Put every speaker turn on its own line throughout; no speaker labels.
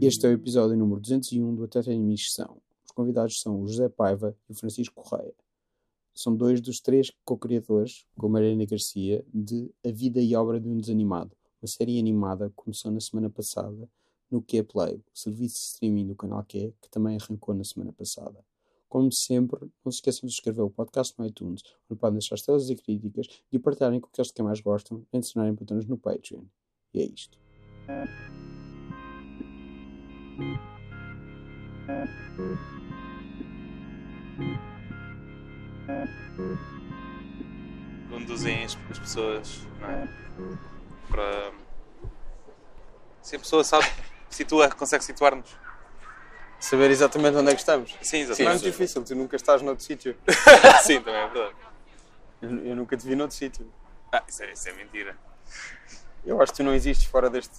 Este é o episódio número 201 do Até Tenho Minha Exceção. Os convidados são o José Paiva e o Francisco Correia. São dois dos três co-criadores, com Mariana Garcia, de A Vida e Obra de um Desanimado, uma série animada que começou na semana passada no Que Play, o serviço de streaming do canal Q, que também arrancou na semana passada. Como sempre, não se esqueçam de escrever o podcast no iTunes, onde podem deixar estrelas e críticas e partilharem com aqueles que mais gostam, e adicionarem patrões no Patreon. E é isto.
conduzem as, as pessoas, não é? Para... Se a pessoa sabe, situa, consegue situar-nos.
Saber exatamente onde é que estamos.
Sim,
Não é
exatamente.
muito difícil, tu nunca estás noutro sítio.
Sim, também é verdade.
Eu, eu nunca te vi noutro sítio.
Ah, isso é, isso é mentira.
Eu acho que tu não existes fora deste,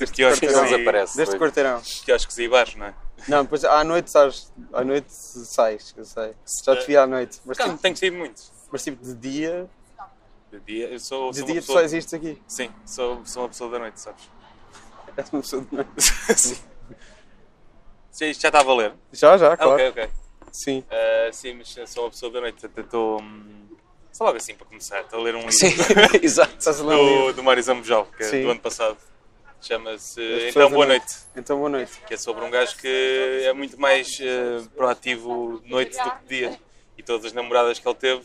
Os quiosques,
quarteirão.
e-
desaparece.
deste quarteirão.
quiosques e bares, não é?
Não, pois à noite estás. À noite sais, eu sei. Já te vi à noite. Mas
Mas não
tipo,
tenho saído muito.
mas tipo de dia,
De dia, eu sou,
de
sou
dia
uma
tu só
pessoa...
existes aqui.
Sim, sou, sou uma pessoa da noite, sabes?
És uma pessoa de noite.
Sim. Sim, Isto já está a valer?
Já, já,
Ah,
claro.
ok, ok.
Sim.
Ah, sim, mas eu sou uma pessoa da noite, até estou... hum, Só logo assim para começar, estou a ler um livro.
Sim, exato.
Estás a ler um livro.
do, do Mário Zambujal, que é
Sim.
do ano passado. Chama-se
As pessoas
Então
da
Boa
noite.
Noite,
Então boa noite.
que é sobre um gajo que é muito mais eh, proativo de noite do que de dia. E todas as namoradas que ele teve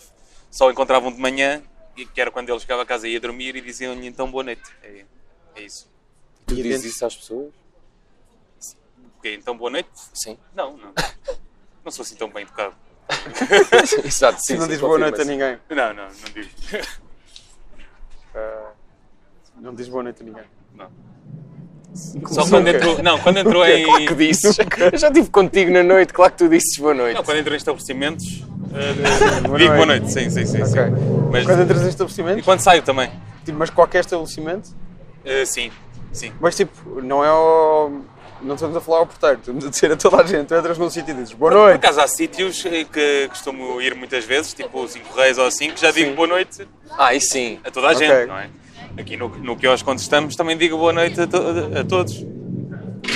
só o encontravam de manhã, e que era quando ele chegava a casa e ia dormir, e diziam-lhe então boa noite. É, é isso.
Tu
E
dizes
dentro-
isso às pessoas?
Ok, então boa noite?
Sim.
Não, não. Não sou assim tão bem educado.
Exato, sim.
Tu não
sim,
dizes boa
confirma,
noite a
sim.
ninguém.
Não, não, não digo.
Ah, Não dizes boa noite a ninguém.
Só quando entrou, não, quando entrou em.
é
Claro que dizes. Eu já estive contigo na noite, claro que tu dizes boa noite.
Não, quando entrou em estabelecimentos, eh,
Boa
digo boa
noite.
noite, sim, sim, sim.
Ok.
sim. Mas,
Quando entras em
E
estabelecimentos,
quando saio também?
tipo, mas qualquer estabelecimento,
Eh, sim, sim.
Mas tipo, não é o. Não estamos a falar ao porteiro, estamos a dizer a toda a gente. Tu entras num sítio e dizes boa
Por
noite.
acaso há sítios eh, que costumo ir muitas vezes, tipo 5 reis ou 5, já digo boa noite
Ah, e sim.
a toda a
Ok.
gente, não é? Aqui no, no quiosque onde estamos também digo boa noite a, to- a todos.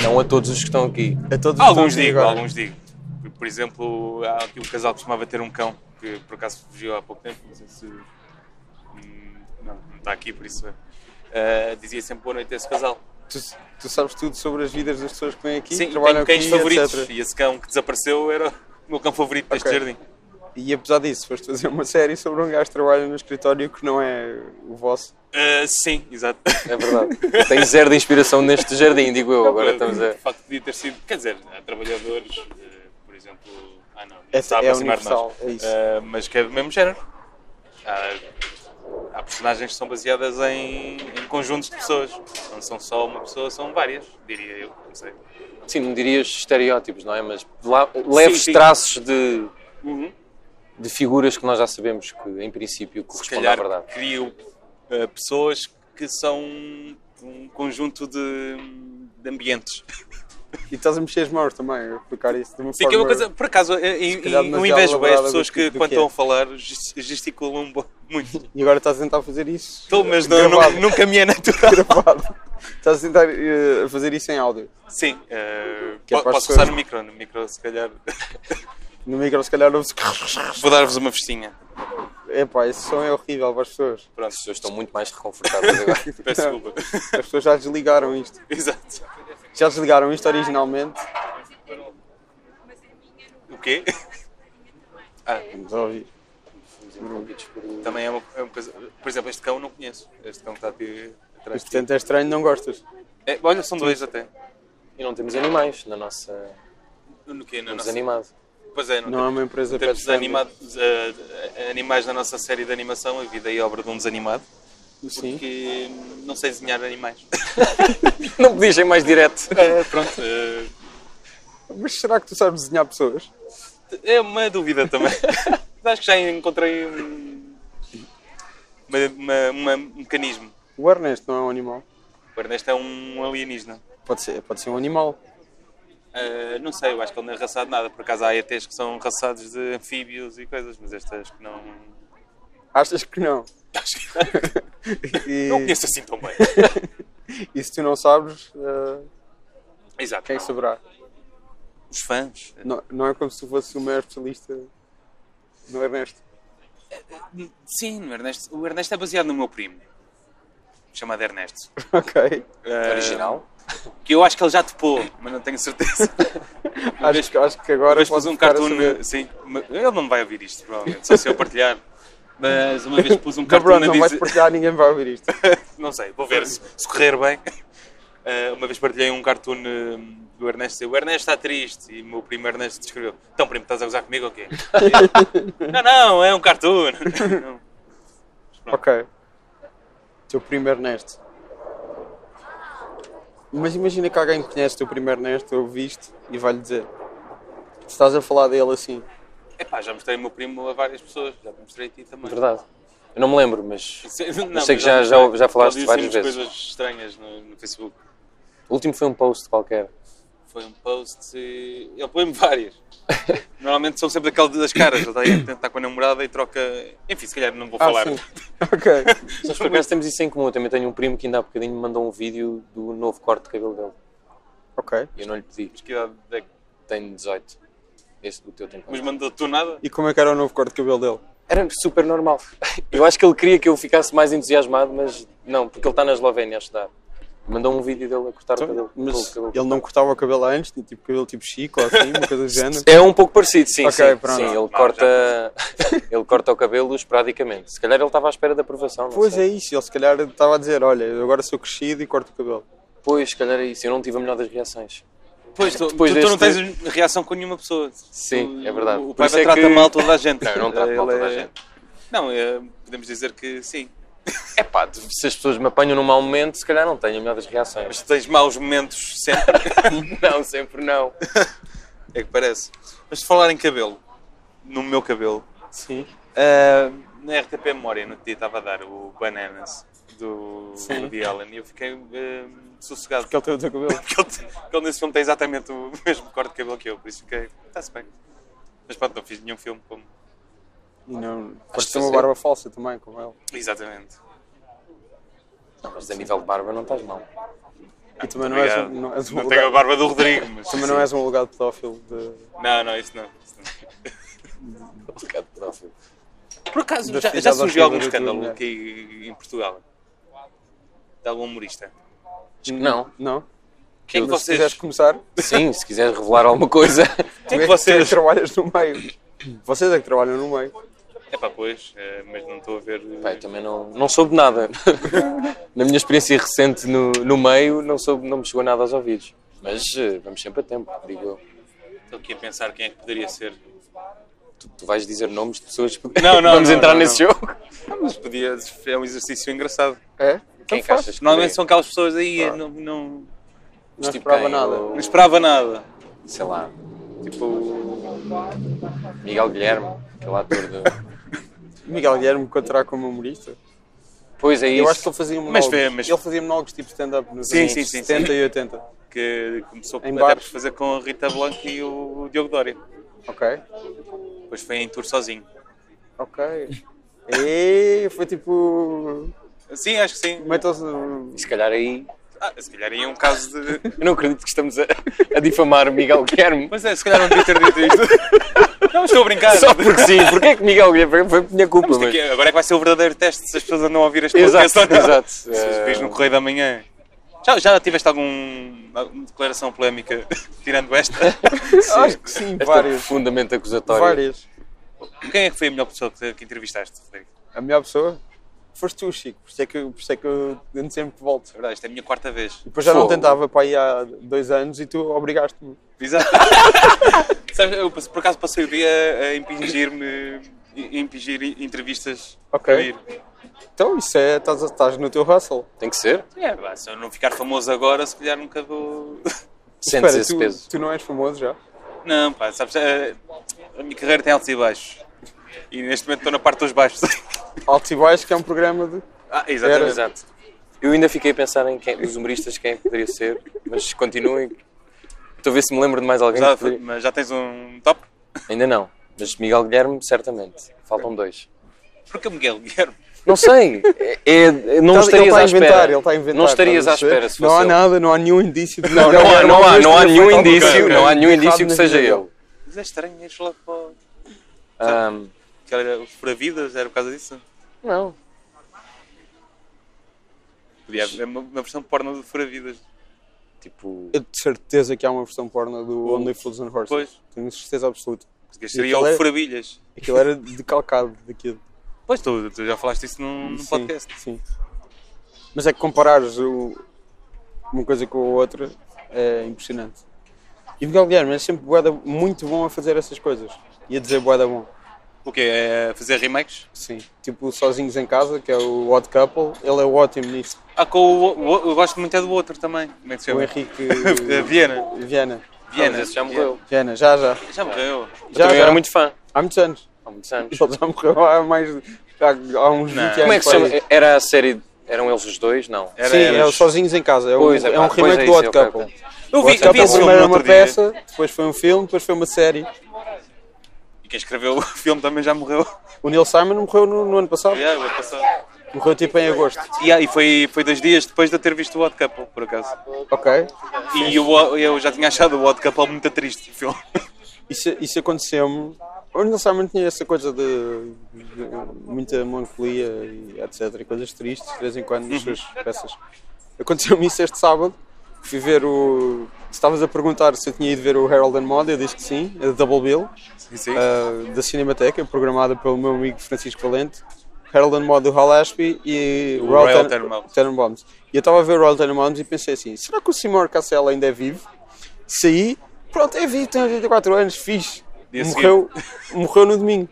Não a todos os que estão aqui.
A todos os
Alguns
que estão aqui
digo,
Então, agora.
alguns digo. Por exemplo, há aqui um casal que costumava ter um cão, que por acaso fugiu há pouco tempo, não sei se... hum, Não, não está aqui, por isso... eh, dizia sempre boa noite a esse casal.
Tu, tu sabes tudo sobre as vidas das pessoas que vêm aqui,
Sim,
que
e
trabalham
tenho
aqui,
cães favoritos.
etc.
E esse cão que desapareceu era o meu cão favorito deste
Ok.
jardim.
E apesar disso, foste fazer uma série sobre um gajo que trabalha no escritório que não é o vosso.
Eh, sim, exato.
É verdade. Tem zero de inspiração neste jardim, digo eu. Agora estamos a.
De facto, podia ter sido. Quer dizer, há trabalhadores, eh, por exemplo. Ah, não.
É-
está a
é
aproximar de
universal,
nós.
é isso.
Eh, mas que é do mesmo género. Há, há personagens que são baseadas em, em conjuntos de pessoas. Não são só uma pessoa, são várias, diria eu. Não sei.
Sim, não dirias estereótipos, não é? Mas lá- leves
sim.
traços de,
Uhum.
de figuras que nós já sabemos que, em princípio,
Se
correspondem à
calhar
verdade.
crio eh, pessoas que são um conjunto de, de ambientes.
E estás a mexer as mãos também, a explicar isso de uma
Sim,
forma.
que é uma coisa, por acaso, eu,
calhar
eu, eu
demasiado
invejo bem as
elaborada
pessoas
do
que,
que- do
quando
que é.
estão a falar, ges- gesticulam bo- muito.
E agora estás a tentar fazer isso.
Estou, mas não,
gravado,
nu- nunca me é natural.
gravado. Estás a tentar eh, fazer isso em áudio.
Sim, eh,
Que é
po-
para as
posso usar
pessoas-
no micro, no micro, se calhar.
No micro, se calhar, ouve-se.
Vou dar-vos uma festinha.
Epá, esse som é horrível para as pessoas.
As pessoas estão muito mais reconfortáveis agora.
Peço desculpa.
As pessoas já desligaram isto.
Exato.
Já desligaram isto originalmente?
O quê?
Vamos ouvir.
Também é uma, é uma coisa. Por exemplo, este cão eu não conheço. Este cão que está aqui
Mas
atrás. de ti.
portanto é estranho, não gostas.
É, olha, são dois até.
E não temos animais na nossa.
No quê? Na
No
nossa...
desanimado.
Pois é, não,
Não é
temos,
uma empresa
temos
pet friendly.
desanimado- eh, animais na nossa série de animação, A Vida e Obra de um Desanimado.
Sim.
Porque hum, não sei desenhar animais.
Não podias ir mais direto.
É, pronto. eh,
Mas será que tu sabes desenhar pessoas?
É uma dúvida também. Mas Acho que já encontrei um, uma, uma- uma- um mecanismo.
O Ernesto não é um animal.
O Ernesto é um alienígena.
Pode ser, pode ser um animal.
Ah, não sei, eu acho que ele não é raçado de nada. Por acaso há ETs que são raçados de anfíbios e coisas, mas estas que não.
Achas que não?
Não
E,
conheço assim tão bem.
e se tu não sabes, eh,
Exato.
quem é que saberá?
Os fãs.
Não, não é como se tu fosses o maior especialista no Ernesto.
Sim, o Ernesto, o Ernesto é baseado no meu primo. Chamado Ernesto.
Ok.
Ah,
Original.
Que eu acho que ele já topou, mas não tenho certeza.
Acho, que- acho que agora.
Uma vez pus
podes
um
ficar a
cartoon.
saber.
Sim, ma- ele não vai ouvir isto, provavelmente, só se eu partilhar. Mas uma vez pus um
Não,
cartoon
Bruno,
a
não vais
dizer.
partilhar, ninguém vai ouvir isto.
Não sei, vou ver se, se correr bem. Eh, uma vez partilhei um cartoon eh, do Ernesto. dizia, O Ernesto está triste. E o meu primo Ernesto descreveu: Então, primo, estás a gozar comigo ou quê? E eu, não, não, é um cartoon. Não.
Ok. Teu primeiro Ernesto. Mas imagina que alguém conhece o teu primeiro Ernesto, ou viste, e vai-lhe dizer. Estás a falar dele assim.
Epá, já mostrei o meu primo a várias pessoas. Já te mostrei a ti também.
é Verdade. Eu não me lembro, mas
Isso- Não,
Mas sei
mas
que já- já-
mostrei.
já falaste
Ele disse umas
várias vezes.
coisas estranhas no, no Facebook.
o último foi um post qualquer.
Foi um post. eh, Ele põe-me várias. Normalmente são sempre aquele das caras. Ele está, aí, portanto, está com a namorada e troca. Enfim, se calhar não vou falar.
sim. Ok.
Mas por acaso temos isso em comum. Eu também tenho um primo que ainda há bocadinho me mandou um vídeo do novo corte de cabelo dele.
Ok.
E eu não lhe pedi.
Mas que idade é que-
Tenho 18. Esse do teu tem
Mas
quantos?
mandou tu nada?
E como é que era o novo corte de cabelo dele?
Era super normal. Eu acho que ele queria que eu ficasse mais entusiasmado, mas não, porque ele está na Eslovénia a estudar. Mandou um vídeo dele a cortar o cabelo.
Então, Mas
pelo cabelo.
ele não cortava o cabelo antes, tinha tipo cabelo tipo chico ou assim, uma coisa do género.
É um pouco parecido, sim.
Ok,
sim,
pronto.
sim ele,
Não,
corta, ele corta o cabelo esporadicamente. Se calhar ele estava à espera da aprovação. Não
Pois
sei.
é isso, ele se calhar estava a dizer, olha, eu agora sou crescido e corto o cabelo.
Pois, se calhar é isso. Eu não tive a melhor das reações.
Pois, tu,
Depois
tu- tu não
deste-
tens reação com nenhuma pessoa.
Sim,
Tu-
é verdade.
O
Por
pai
isso é
trata
que-
mal toda a gente.
Não, eu não trato
Ele
mal toda a
é-
gente.
Não, é- podemos dizer que sim.
É pá, se as pessoas me apanham num mau momento, se calhar não tenho a melhor das reações.
Mas tu tens maus momentos sempre.
Não, sempre não.
é que parece. Mas se falar em cabelo, no meu cabelo,
Sim.
Ah, na RTP Memória, no dia estava a dar o Bananas do
Sim.
Woody Allen e eu fiquei ah, sossegado.
Porque ele tem o teu cabelo.
Porque ele, te- porque ele nesse filme tem exatamente o mesmo corte de cabelo que eu, por isso fiquei, está-se bem. Mas pronto, não fiz nenhum filme como.
E não,
que
foste ter uma
fazer.
barba falsa também, como ele.
Exatamente.
Não, mas a nível de barba não estás mal.
E também não és, um-
Obrigado.
não és um
Não tenho a
lugar,
barba do Rodrigo, mas.
também não és um lugar de pedófilo de...
Não, não, isso não. Isso não.
Complicado é um pedófilo.
Por acaso,
Da
já,
filha
já
da
surgiu algum
Alfredo
escândalo
Júnior.
aqui em Portugal? De algum humorista?
Não.
Não?
Quem é que
Mas Se quiseres
vocês.
começar,
Sim, se quiseres revelar alguma coisa.
tu
que
é que- tu é que
vocês-
trabalhas no meio. Vocês é que trabalham no meio.
É pá, pois, ah, mas não estou a ver. ah,
Pá, eu também não, não soube nada. Na minha experiência recente no, no meio, não, soube, não me chegou nada aos ouvidos. Mas eh, vamos sempre a tempo, digo eu.
Estou aqui a pensar quem é que poderia ser.
Tu, tu vais dizer nomes de pessoas que
Não, não,
vamos
não,
entrar
não,
nesse jogo.
Mas podia. É um exercício engraçado.
É?
Quem
Então
é que achas que
Normalmente são
poderia?
aquelas pessoas aí, não, não,
Não
Tipo
esperava
quem?
nada.
O-
não esperava nada.
Sei lá,
Tipo,
Miguel Guilherme, aquele ator do...
Miguel Guilherme contará como humorista.
Pois é isso.
Eu acho que ele fazia
Mas
monólogos.
vê, mas-
Ele fazia monólogos tipo stand-up nos
Sim,
anos
sim, sim,
70 e 80.
que começou até
Em
por
bares.
fazer com a Rita Blanca e o Diogo Dória.
Ok.
Depois foi em tour sozinho.
Ok. E foi tipo.
Sim, acho que sim.
Metam-se.
Se calhar aí...
Ah, se calhar aí é um caso de.
Eu não acredito que estamos a, a difamar Miguel Guilherme.
Mas é, se calhar não devia ter dito isto. Não, estou a brincar.
Só porque sim. Porque é que Miguel Guilherme... Foi minha culpa,
Mas
mas...
daqui- agora é que vai ser o verdadeiro teste se as pessoas andam a ouvir as
Exato,
coisas.
exato.
Se as vês no
Eh,
Correio da Manhã. Já, já tiveste algum, alguma declaração polémica tirando esta?
Acho que sim,
Esta é
várias.
profundamente acusatória.
Várias.
Quem é que foi a melhor pessoa que, que entrevistaste, é Rodrigo?
A melhor pessoa? Foste tu, Chico. Por isso é que, por isso é que eu ando sempre que volto.
É verdade, esta é a minha quarta vez.
Depois já não
Fogo.
tentava para aí há dois anos e tu obrigaste-me.
Exato. Sabes, eu por acaso passei o dia a impingir-me, a impingir entrevistas
Ok.
para ir.
Então isso é. Estás, estás no teu hustle.
Tem que ser.
É, pá, se eu não ficar famoso agora, se calhar nunca vou.
Sentes
Espera,
esse
tu-
peso.
Tu não és famoso já?
Não, pá, sabes, eh, a, a minha carreira tem altos e baixos. E neste momento estou na parte dos baixos.
Altos e Baixos, que é um programa de.
Ah,
Era.
exatamente.
Exato. Eu ainda fiquei a pensar em quem, dos humoristas quem poderia ser, mas continuem. Estou a ver se me lembro de mais alguém.
Já,
que poderia-
mas já tens um top?
Ainda não. Mas Miguel Guilherme, certamente. Faltam dois.
Porque o Miguel Guilherme.
Não sei. É, é- não
Então, Ele
estarias
está a
à
inventar,
espera.
ele está a inventar,
não estarias à
estás a perceber?
espera se
Não há
fosse ele.
nada, não há nenhum indício de
Não, não há, não há, não há nenhum indício,
ok.
não há nenhum indício que
na
seja
vida dele.
eu.
Mas é estranho, eles logo para. o-
Ahm,
Ah.
Que era os furavidas, era por causa disso?
não.
Podia haver é uma, uma versão porno de furavidas.
Tipo,
Eu de certeza que há uma versão porno do Only Fools and Horses.
Pois.
Tenho certeza absoluta.
Porque seria
aquele
o
é-
furabilhas.
Aquilo era decalcado daquilo.
Pois tu, tu já falaste isso num, num
Sim,
podcast.
Sim. Mas é que comparares o- uma coisa com a outra é impressionante. E o Miguel Guilherme é sempre boada muito bom a fazer essas coisas. Ia dizer boada bom.
O quê? É fazer remakes?
Sim. Tipo o Sozinhos em Casa, que é o Odd Couple, ele é ótimo nisso.
Ah, com o, o- eu gosto muito é do outro também. Como é que se
O
chama? É Viena.
Henrique Viana.
Viena,
Viena.
Ah, mas esse é já morreu.
Viena, já, já.
Já morreu.
Eu
Já,
também
já.
era muito fã,
Há muitos anos.
há muitos anos.
Ele já morreu há mais. Há, há uns 20
Não.
anos.
Como é que se chama?
quase.
Era a série. Eram eles os dois? Não.
Era-
Sim, é o
eras-
Sozinhos em Casa. É, um-
Pois,
é
pá,
um
depois
remake
é
do
isso,
Odd
é o
Couple.
Captain.
Eu vi,
Então,
vi esse filme
primeiro
no
era uma
outro dia.
peça, depois foi um filme, depois foi uma série.
E quem escreveu o filme também já morreu.
O Neil Simon morreu no, no ano passado.
Já, vou passar.
Morreu tipo em agosto.
E, ah, e foi, foi dois dias depois de eu ter visto o Odd Couple, por acaso.
Ok.
E eu, eu já tinha achado o Odd Couple muito triste, o filme.
Isso, isso aconteceu-me. O Neil Simon tinha essa coisa de, de muita melancolia e etc. e coisas tristes de vez em quando nas
Uhum.
suas peças. Aconteceu-me isso este sábado. Fui ver o. Estavas a perguntar se eu tinha ido ver o Harold and Maude, eu disse que sim, a Double Bill.
Sim, sim.
uh, da Cinemateca, programada pelo meu amigo Francisco Valente, Harold and Maude do Hal Ashby e
O
Royal
Royal
Ten-
Tenenbaums.
Tenenbaums. E eu estava a ver o Royal Tenenbaums e pensei assim, será que o Seymour Cassell ainda é vivo? Saí, pronto, é vivo, tem 84 anos, fixe.
Dia
Morreu, morreu no domingo.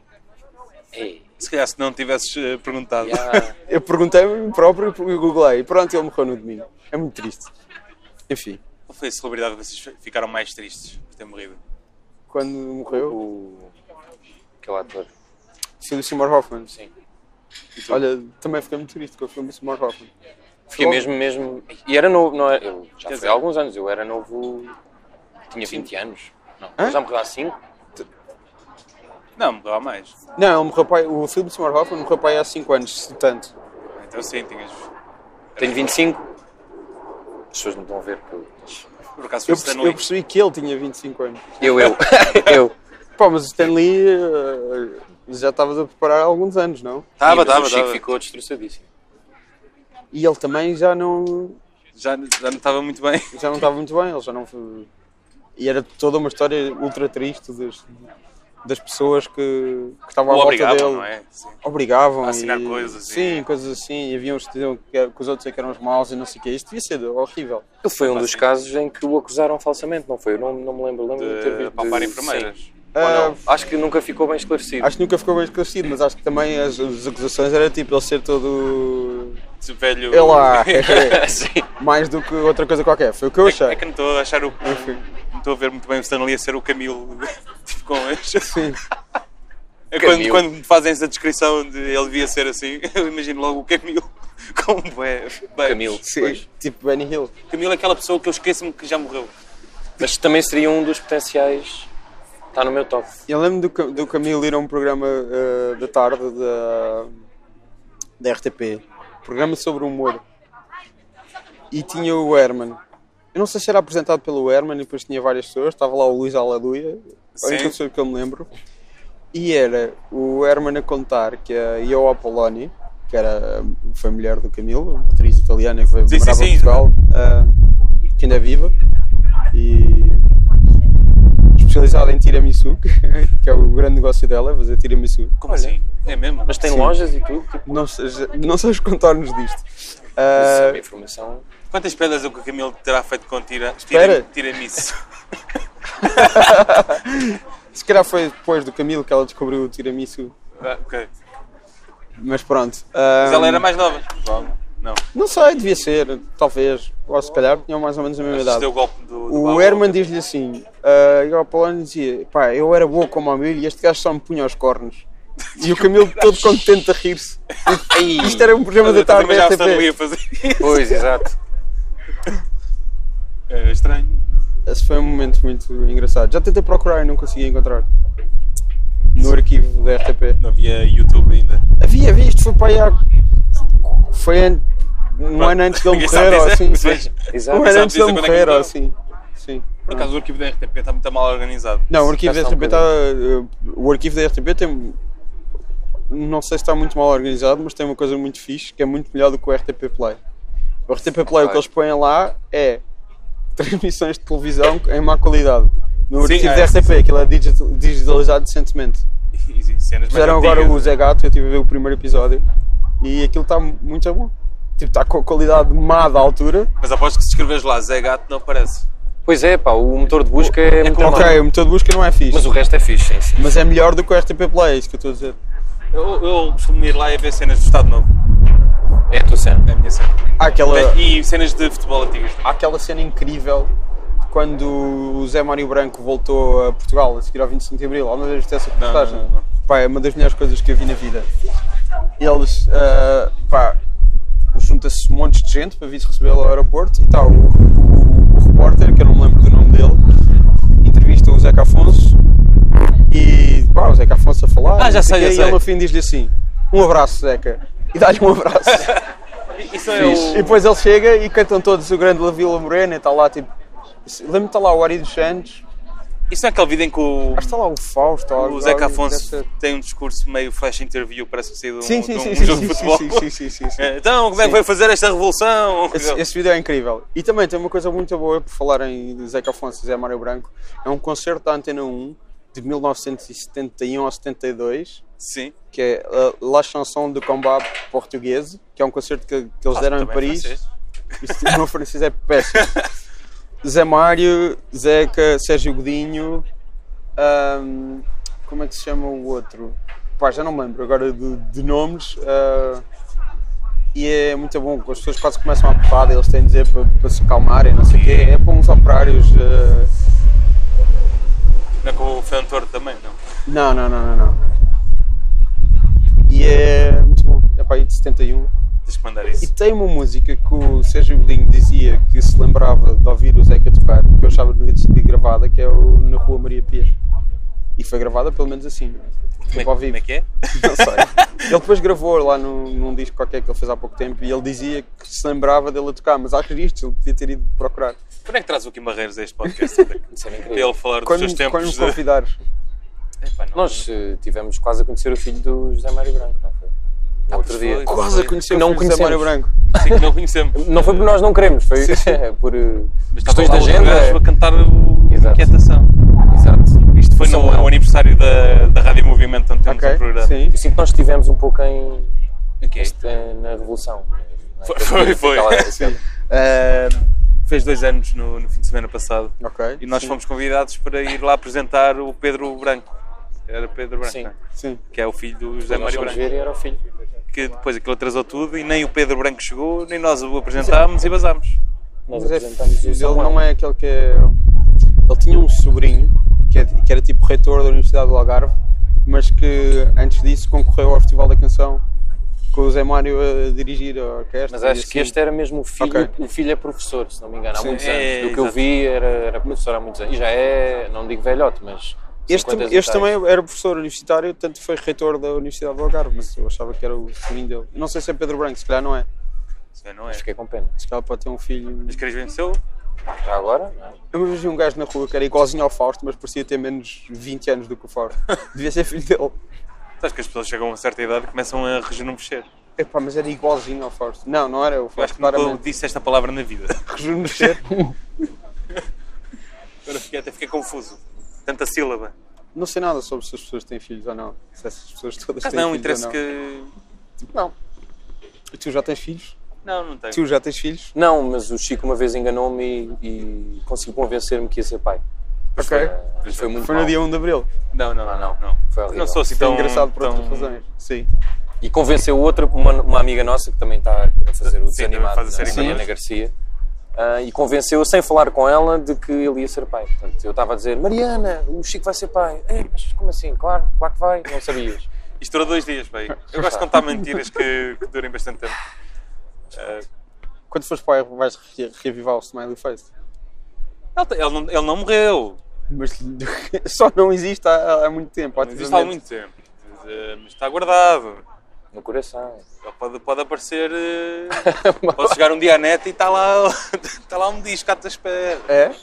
Ei,
Se calhar se não tivesses eh, perguntado.
já.
Eu perguntei-me a mim próprio e googlei. E pronto, ele morreu no domingo. É muito triste. Enfim,
Qual foi a celebridade que vocês ficaram mais tristes por ter morrido?
quando morreu,
O. Aquele ator.
sim, o Seymour Hoffman.
Sim.
Olha, também fiquei muito triste com o filme do Seymour Hoffman.
Fiquei
Logo-
mesmo, mesmo. E era novo, não era? Eu já
dizer-
foi há alguns anos, eu era novo. Tinha 20 anos. Não,
Hã?
ele já morreu há 5?
Não, morreu há mais.
Não, ele morreu pai, o Philip Seymour Hoffman morreu pai há 5 anos, se tanto.
Então sim, tinhas.
Tenho 25. As pessoas não estão a ver. porque eu- mas-
Por acaso foi
Eu,
o Stan
perce-
Lee.
eu percebi que ele tinha 25 anos.
Eu, eu. eu.
Pá, mas o Stanley já estavas a preparar há alguns anos, não?
Sim, mas
Tava,
o
tava,
Chico
tava.
ficou destroçadíssimo.
E ele também já não,
Já, já não estava muito bem.
já não estava muito bem, ele já não foi... E era toda uma história ultra triste das, das pessoas que, que estavam à
Ou
volta
obrigado,
dele.
não é? Sim.
Obrigavam
A assinar
e-
coisas e-
Sim, coisas assim. E havia uns que diziam que, era- que os outros é que eram os maus e não sei o quê. Isto devia ser horrível.
Ele foi um dos casos em que o acusaram falsamente, não foi? Eu não, não me lembro. Lembro de, ter
De
visto.
palpar
de-
enfermeiras.
sim.
Ah,
Ou não? Acho que nunca ficou bem esclarecido.
Acho que nunca ficou bem esclarecido, mas acho que também as, as acusações era tipo ele ser todo.
Esse velho.
É lá,
sim.
mais do que outra coisa qualquer. Foi o que eu achei.
É que não estou a achar o.
Enfim.
Não estou a ver muito bem o Stanley a ser o Camilo. Tipo, com as.
Sim.
É Quando,
Camilo.
quando me fazem essa descrição de ele devia ser assim, eu imagino logo o Camilo. Como é? Bem,
Camilo.
Sim.
Pois.
Tipo Benny Hill.
Camilo é aquela pessoa que eu esqueço-me que já morreu.
Mas também seria um dos potenciais. Está no meu top.
Eu lembro do, Ca- do Camilo ir a um programa eh, da tarde da, da RTP. Programa sobre humor. E tinha o Herman. Eu não sei se era apresentado pelo Herman e depois tinha várias pessoas. Estava lá o Luís Aleluia. A única
Sim.
pessoa que eu me lembro. E era o Herman a contar que a Io Apolloni, que era, foi mulher do Camilo, uma atriz italiana que foi
Sim, sim,
morava em
sim.
Portugal, ah, que ainda é viva. E especializada em tiramisu, que que é o grande negócio dela, fazer tiramisu.
Como assim? É mesmo?
Mas tem
Sim.
lojas e tudo. Tipo,
Não, seja, não sei os contornos disto.
isso é
Ah,
uma informação.
Quantas pedras é que o Camilo terá feito com tira,
Espera.
tira, tiramisu?
se calhar foi depois do Camilo que ela descobriu o tiramisu,
Ah, ok.
mas pronto.
Mas
Ah,
ela era mais nova. Não.
Não sei, devia ser, talvez. Ou se calhar tinham mais ou menos a mesma idade.
Deu é o golpe do, do
O
Babu.
Herman diz-lhe assim, ah, e o Apolónio dizia, pá, eu era boa como a milho e este gajo só me punha aos cornos. E o Camilo todo contente a rir-se. Isto era um programa
Mas
da
eu
tarde
também já
da
estava ali
RTP.
a fazer.
Pois, exato.
É estranho.
Esse foi um momento muito engraçado. Já tentei procurar e não consegui encontrar. No arquivo da RTP.
Não havia YouTube ainda.
Havia visto, foi para aí há... Foi an- um
Pronto,
ano antes de ele
ninguém sabe
morrer, ou
dizer,
assim.
mas-
Um
Exato.
ano
sabe
antes de
dizer
ele
quando é que
morrer, ou
mudou?
assim. Sim.
Por acaso, o arquivo da RTP está muito mal organizado.
Não, o arquivo da
Sim,
RTP está. eh, O arquivo da RTP tem. Não sei se está muito mal organizado, mas tem uma coisa muito fixe que é muito melhor do que o RTP Play. O RTP Play, o que eles põem lá é transmissões de televisão em má qualidade. No
Sim,
arquivo
é,
da
sim,
RTP, aquilo é digital- digitalizado decentemente.
E- e cenas mais
Fizeram agora o
antigas.
Zé Gato, eu estive a ver o primeiro episódio e aquilo está muito bom. Tipo, está com a qualidade má da altura.
Mas aposto que se escreves lá Zé Gato não aparece.
Pois é, pá, o motor de busca é muito mau.
ok, o motor de busca não é
Mas
fixe, mas,
o resto é fixe, sim, sim.
é melhor do que o RTP Play, é isso que eu estou a dizer.
Eu, eu costumo ir lá e ver cenas do Estado Novo.
É a tua cena.
É a minha cena.
Há aquela.
E cenas de futebol antigas.
há aquela cena incrível de quando o Zé Mário Branco voltou a Portugal a seguir ao 25 de Abril. Alguma vez viste essa
Não,
reportagem?
não, não, não.
Pá, é uma das melhores coisas que eu vi na vida. Eles, ah, pá, junta-se um monte de gente para vir recebê-lo ao aeroporto e está o, o- o repórter, que eu não me lembro do nome dele, entrevista o Zeca Afonso e, pá, o Zeca Afonso a falar.
Ah, já
não
sei,
quê,
já
e
sei.
ele no fim diz-lhe assim, um abraço Zeca, e dá-lhe um abraço.
Isso é o.
E depois ele chega e cantam todos o grande La Vila Morena e está lá tipo. Lembro-me que está lá o Ari dos Santos, acho
Isso não é aquele vídeo em que o,
que está lá o Fausto. ou
o
algo-
Zeca
algo
Afonso
dessa-
tem um discurso meio flash interview, parece que saiu de um,
Sim, sim,
de um
sim, sim,
jogo
sim,
de futebol.
sim, sim, sim, sim, sim.
É, Então, como é
Sim.
que vai fazer esta revolução?
Esse, esse vídeo é incrível. E também tem uma coisa muito boa por falar em Zeca Afonso e Zé Mário Branco. É um concerto da Antena 1 de 1971 ou 72,
Sim.
que é uh, La Chanson de Combat Português, que é um concerto que, que eles deram em
Ah, Também é
Paris.
francês.
Isso, o meu francês é péssimo. Zé Mário, Zeca, Sérgio Godinho. ahm, como é que se chama o outro? Pá, já não me lembro agora de, de nomes. ah, e é muito bom, as pessoas quase começam a porrada, eles têm de dizer para, para se calmarem, não sei o quê. É para uns operários. ah,
Não é com o Fernando Tordo também, não.
não, não, não, não, não. E é muito bom. É para aí de 71.
Tens que mandar
E
isso.
tem uma música que o Sérgio Godinho dizia que se lembrava de ouvir o Zeca tocar, que eu achava no CD gravada, que é o Na Rua Maria Pia. E foi gravada pelo menos assim.
Como é,
Tipo ao vivo.
como é que é?
Não sei. Ele depois gravou lá num, num disco qualquer que ele fez há pouco tempo e ele dizia que se lembrava dele a tocar, mas há registros, ele podia ter ido procurar.
Quando é que traz o Kim Barreiros a este podcast? é Para
Isso era incrível.
ele falar dos
Quando,
seus
quando me
tempos de...
convidares.
Epá, não-
Nós eh, tivemos quase a conhecer o filho do José Mário Branco, não foi? No outro
Ah, pois
dia.
foi.
Quase a conhecer
Não
o filho de Zé Mário
conhecemos.
Branco.
Sim, que não conhecemos.
Não foi por nós não queremos, foi
Sim, sim.
por eh,
Mas estava
questões
lá
de
outro
agenda.
gajo a cantar o...
Exato.
Inquietação.
Exato.
Isto foi no,
Samuel.
no aniversário da, da Rádio Movimento, onde temos
Ok?
um programa.
Sim.
Eu sinto que nós estivemos um pouco em,
Ok.
este- eh, na Revolução. não é?
Foi, foi. foi.
Aquela-
Sim.
Ah, fez dois anos no, no fim de semana passado.
Ok.
E nós
sim,
fomos convidados para ir lá apresentar o Pedro Branco. Era Pedro Branco,
Sim.
não é?
Sim.
que é o filho do José
Nós
Mário
fomos
Branco.
ver e era o filho.
Que depois aquilo atrasou tudo e nem o Pedro Branco chegou, nem nós o apresentámos e vazámos.
Nós
Mas é,
apresentámos o
ele
Samuel.
não é aquele que é. Ele tinha um sobrinho que, é- que era tipo reitor da Universidade do Algarve, mas que antes disso concorreu ao Festival da Canção com o Zé Mário a dirigir a orquestra.
Mas
e
acho que
assim.
este era mesmo o filho.
Ok.
O filho é professor, se não me engano, há
Sim.
muitos
É,
anos. Do que eu
exato.
vi, era, era professor há muitos anos. E já é, não digo velhote, mas.
Este,
50 é e
este
tais.
é um
também era professor universitário, tanto foi reitor da Universidade do Algarve, mas eu achava que era o sobrinho dele. Não sei se é Pedro Branco, se calhar não é.
Isso aí não é.
Mas fiquei com pena.
Se calhar pode ter um filho.
Mas queres venceu?
Já agora? não é?
Eu vi um gajo na rua que era igualzinho ao Fausto, mas parecia ter menos 20 anos do que o Fausto. Devia ser filho dele.
Sabes que as pessoas chegam a uma certa idade e começam a rejuvenescer.
Epá, mas era igualzinho ao Fausto. Não, não era o
Eu acho
Fausto,
que nunca
claramente.
disse esta palavra na vida.
Rejuvenescer.
Agora fiquei, até fiquei confuso. Tanta sílaba.
Não sei nada sobre se as pessoas têm filhos ou não. Se essas pessoas todas
Mas
têm
Ah, não,
filhos
interessa
ou não.
que.
Não. E Tu já tens filhos?
Não, não tenho.
Tu já tens filhos?
Não, mas o Chico uma vez enganou-me e, e conseguiu convencer-me que ia ser pai.
Ok.
Mas foi muito
Foi no
mal.
dia 1 de Abril.
Não, não, não.
Não,
Não,
não. Foi horrível.
não sou assim
Foi
tão.
é engraçado por
tão...
outras razões. Sim.
E convenceu outra, uma, uma amiga nossa que também está a fazer o
Sim,
desanimado,
faz a série
né,
com
a Ana Garcia. Ah, e convenceu sem falar com ela de que ele ia ser pai. Portanto, eu estava a dizer, Mariana, o Chico vai ser pai. Ei, mas como assim? Claro, claro que vai. Não sabias.
Isto durou dois dias, pai. Eu gosto de contar mentiras que, que durem bastante tempo.
Quando fores pai, vais re- reavivar o smiley face.
Ele, te- ele não, ele não morreu.
Mas só não existe há, há muito tempo.
Não existe há
ativamente.
muito tempo. Mas, eh, mas está guardado.
No coração.
Ele pode, pode aparecer. eh, pode chegar um dia à net e está lá, está lá um disco à tua espera.
É?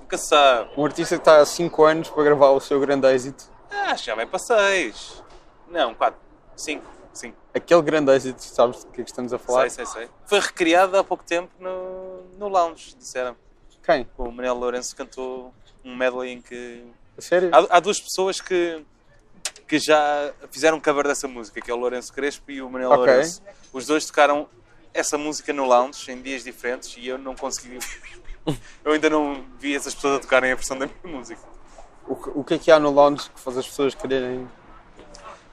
Nunca se sabe.
Um artista que está há 5 anos para gravar o seu grande êxito.
Ah, acho que já vai para seis. Não, quatro. Cinco. Cinco.
Aquele grande êxito, sabes do que é que estamos a falar?
Sei, sei, sei. Foi recriado há pouco tempo no, no lounge, disseram.
Quem?
O Manel Lourenço cantou um medley em que
A sério?
Há, há duas pessoas que, que já fizeram cover dessa música, que é o Lourenço Crespo e o Manuel
Ok.
Lourenço. Os dois tocaram essa música no lounge em dias diferentes e eu não consegui. eu ainda não vi essas pessoas a tocarem a versão da minha música.
O, que- o que é que há no lounge que faz as pessoas quererem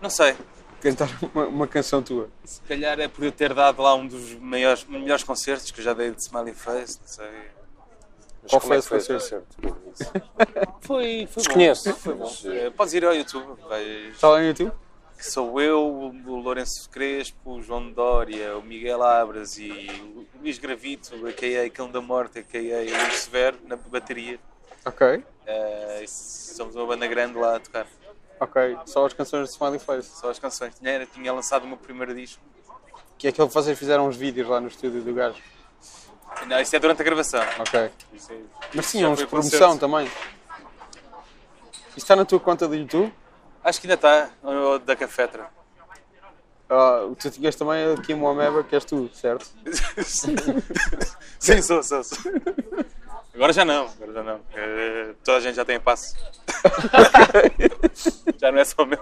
Não sei.
cantar uma, uma canção tua?
Se calhar é por eu ter dado lá um dos maiores, melhores concertos que eu já dei de Smiley Face, não sei.
Mas
Qual
como
foi
é
esse
que foi esse
concerto?
concerto?
Foi, foi
Desconheço.
Eh, Podes ir ao YouTube, vais-
Está lá no YouTube?
que sou eu, o Lourenço Crespo, o João Dória, o Miguel Abras e o Luís Gravito, a.k.a. Cão da Morte, a.k.a. Luís Severo, na bateria.
Ok.
Eh, somos uma banda grande lá a tocar.
Ok. Só as canções de Smiley Face.
Só as canções. Tinha, tinha lançado o meu primeiro disco.
Que é aquele que vocês fizeram uns vídeos lá no estúdio do gajo.
Não, isso é durante a gravação.
Ok.
Isso é-
Mas
Já
tinha uns
foi
de
o
promoção
concerto.
também. Isso está na tua conta do YouTube?
Acho que ainda está, ou é da Cafetra.
Ah, tu tinhas também a Kim Wameba, que és tu, certo?
Sim, sou, sou, sou. Agora já não, agora já não. Eh, toda a gente já tem passo. já não é só o meu.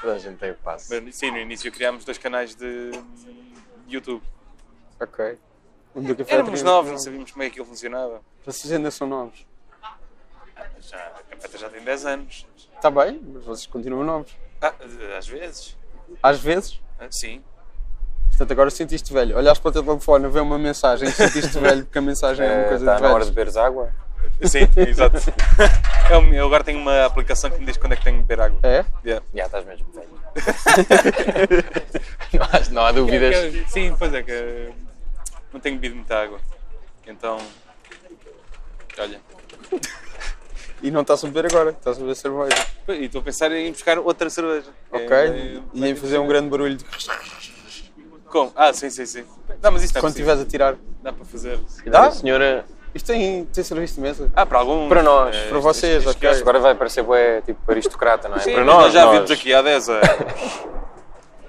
Toda a gente tem o passo.
Mas, Sim, no início criámos dois canais de de YouTube.
Ok. Um do Café
Éramos
Trinity.
novos, não sabíamos como é que aquilo funcionava.
Vocês ainda são novos.
Já, a capeta já tem 10 anos.
Está bem, mas vocês continuam novos.
Ah, às vezes.
Às vezes.
Ah, Sim.
Portanto, agora sentiste velho. Olhaste para o teu telefone, vê uma mensagem e sentiste velho porque a mensagem é uma
Eh,
coisa
Está
de
na hora
velhos.
de beberes água?
Sim, exato. Eu, eu agora tenho uma aplicação que me diz quando é que tenho que beber água.
É?
Yeah.
Já estás mesmo velho. não, há, não há dúvidas.
Sim, pois é que não tenho bebido muita água. Então. Olha.
E não estás a beber agora, estás a beber cerveja.
E estou a pensar em buscar outra cerveja.
Ok?
É,
e em fazer um grande barulho de...
Como? Ah, sim, sim, sim. Não, mas isso dá,
quando
para,
estiveres a tirar.
dá para fazer.
Dá?
A senhora,
Isto tem, tem serviço de mesa.
Ah, para alguns.
Para nós,
eh,
para vocês,
estes-
ok.
agora vai parecer bué, tipo aristocrata, não é?
Sim,
Para
mas
nós,
já
nós.
vimos aqui há 10 anos.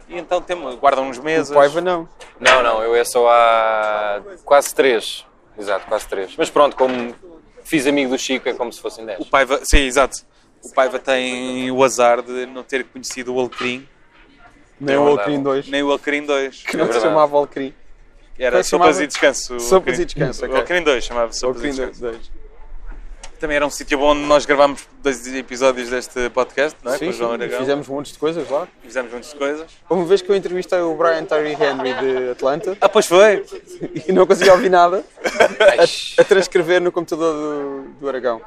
e então temos, guardam uns meses.
O Paiva não.
Não, não, eu é só há quase três. Exato, quase três. Mas pronto, como fiz amigo do Chico, é como se fossem dez.
O Paiva, sim, exato. O Paiva tem o azar de não ter conhecido o Alecrim,
Nem
Não,
o
não.
Alcrim 2.
nem o Alecrim 2.
Que não se
verdade.
chamava Alcrim.
Era
Como é
Sopas
que chamava?
e Descanso. o
Sopas
Alecrim.
e Descanso, ok.
O Alecrim 2 chamava Sopas e
Alcrim
Descanso.
2.
Também era um sítio onde nós gravámos dois episódios deste podcast, não é? Com
Sim,
o João
sim,
Aragão.
fizemos montes de coisas lá.
Fizemos muitas coisas.
Uma vez que eu entrevistei o Brian Tyree Henry de Atlanta
Ah, pois foi!
e não conseguia ouvir nada
Ai,
a transcrever no computador do, do Aragão.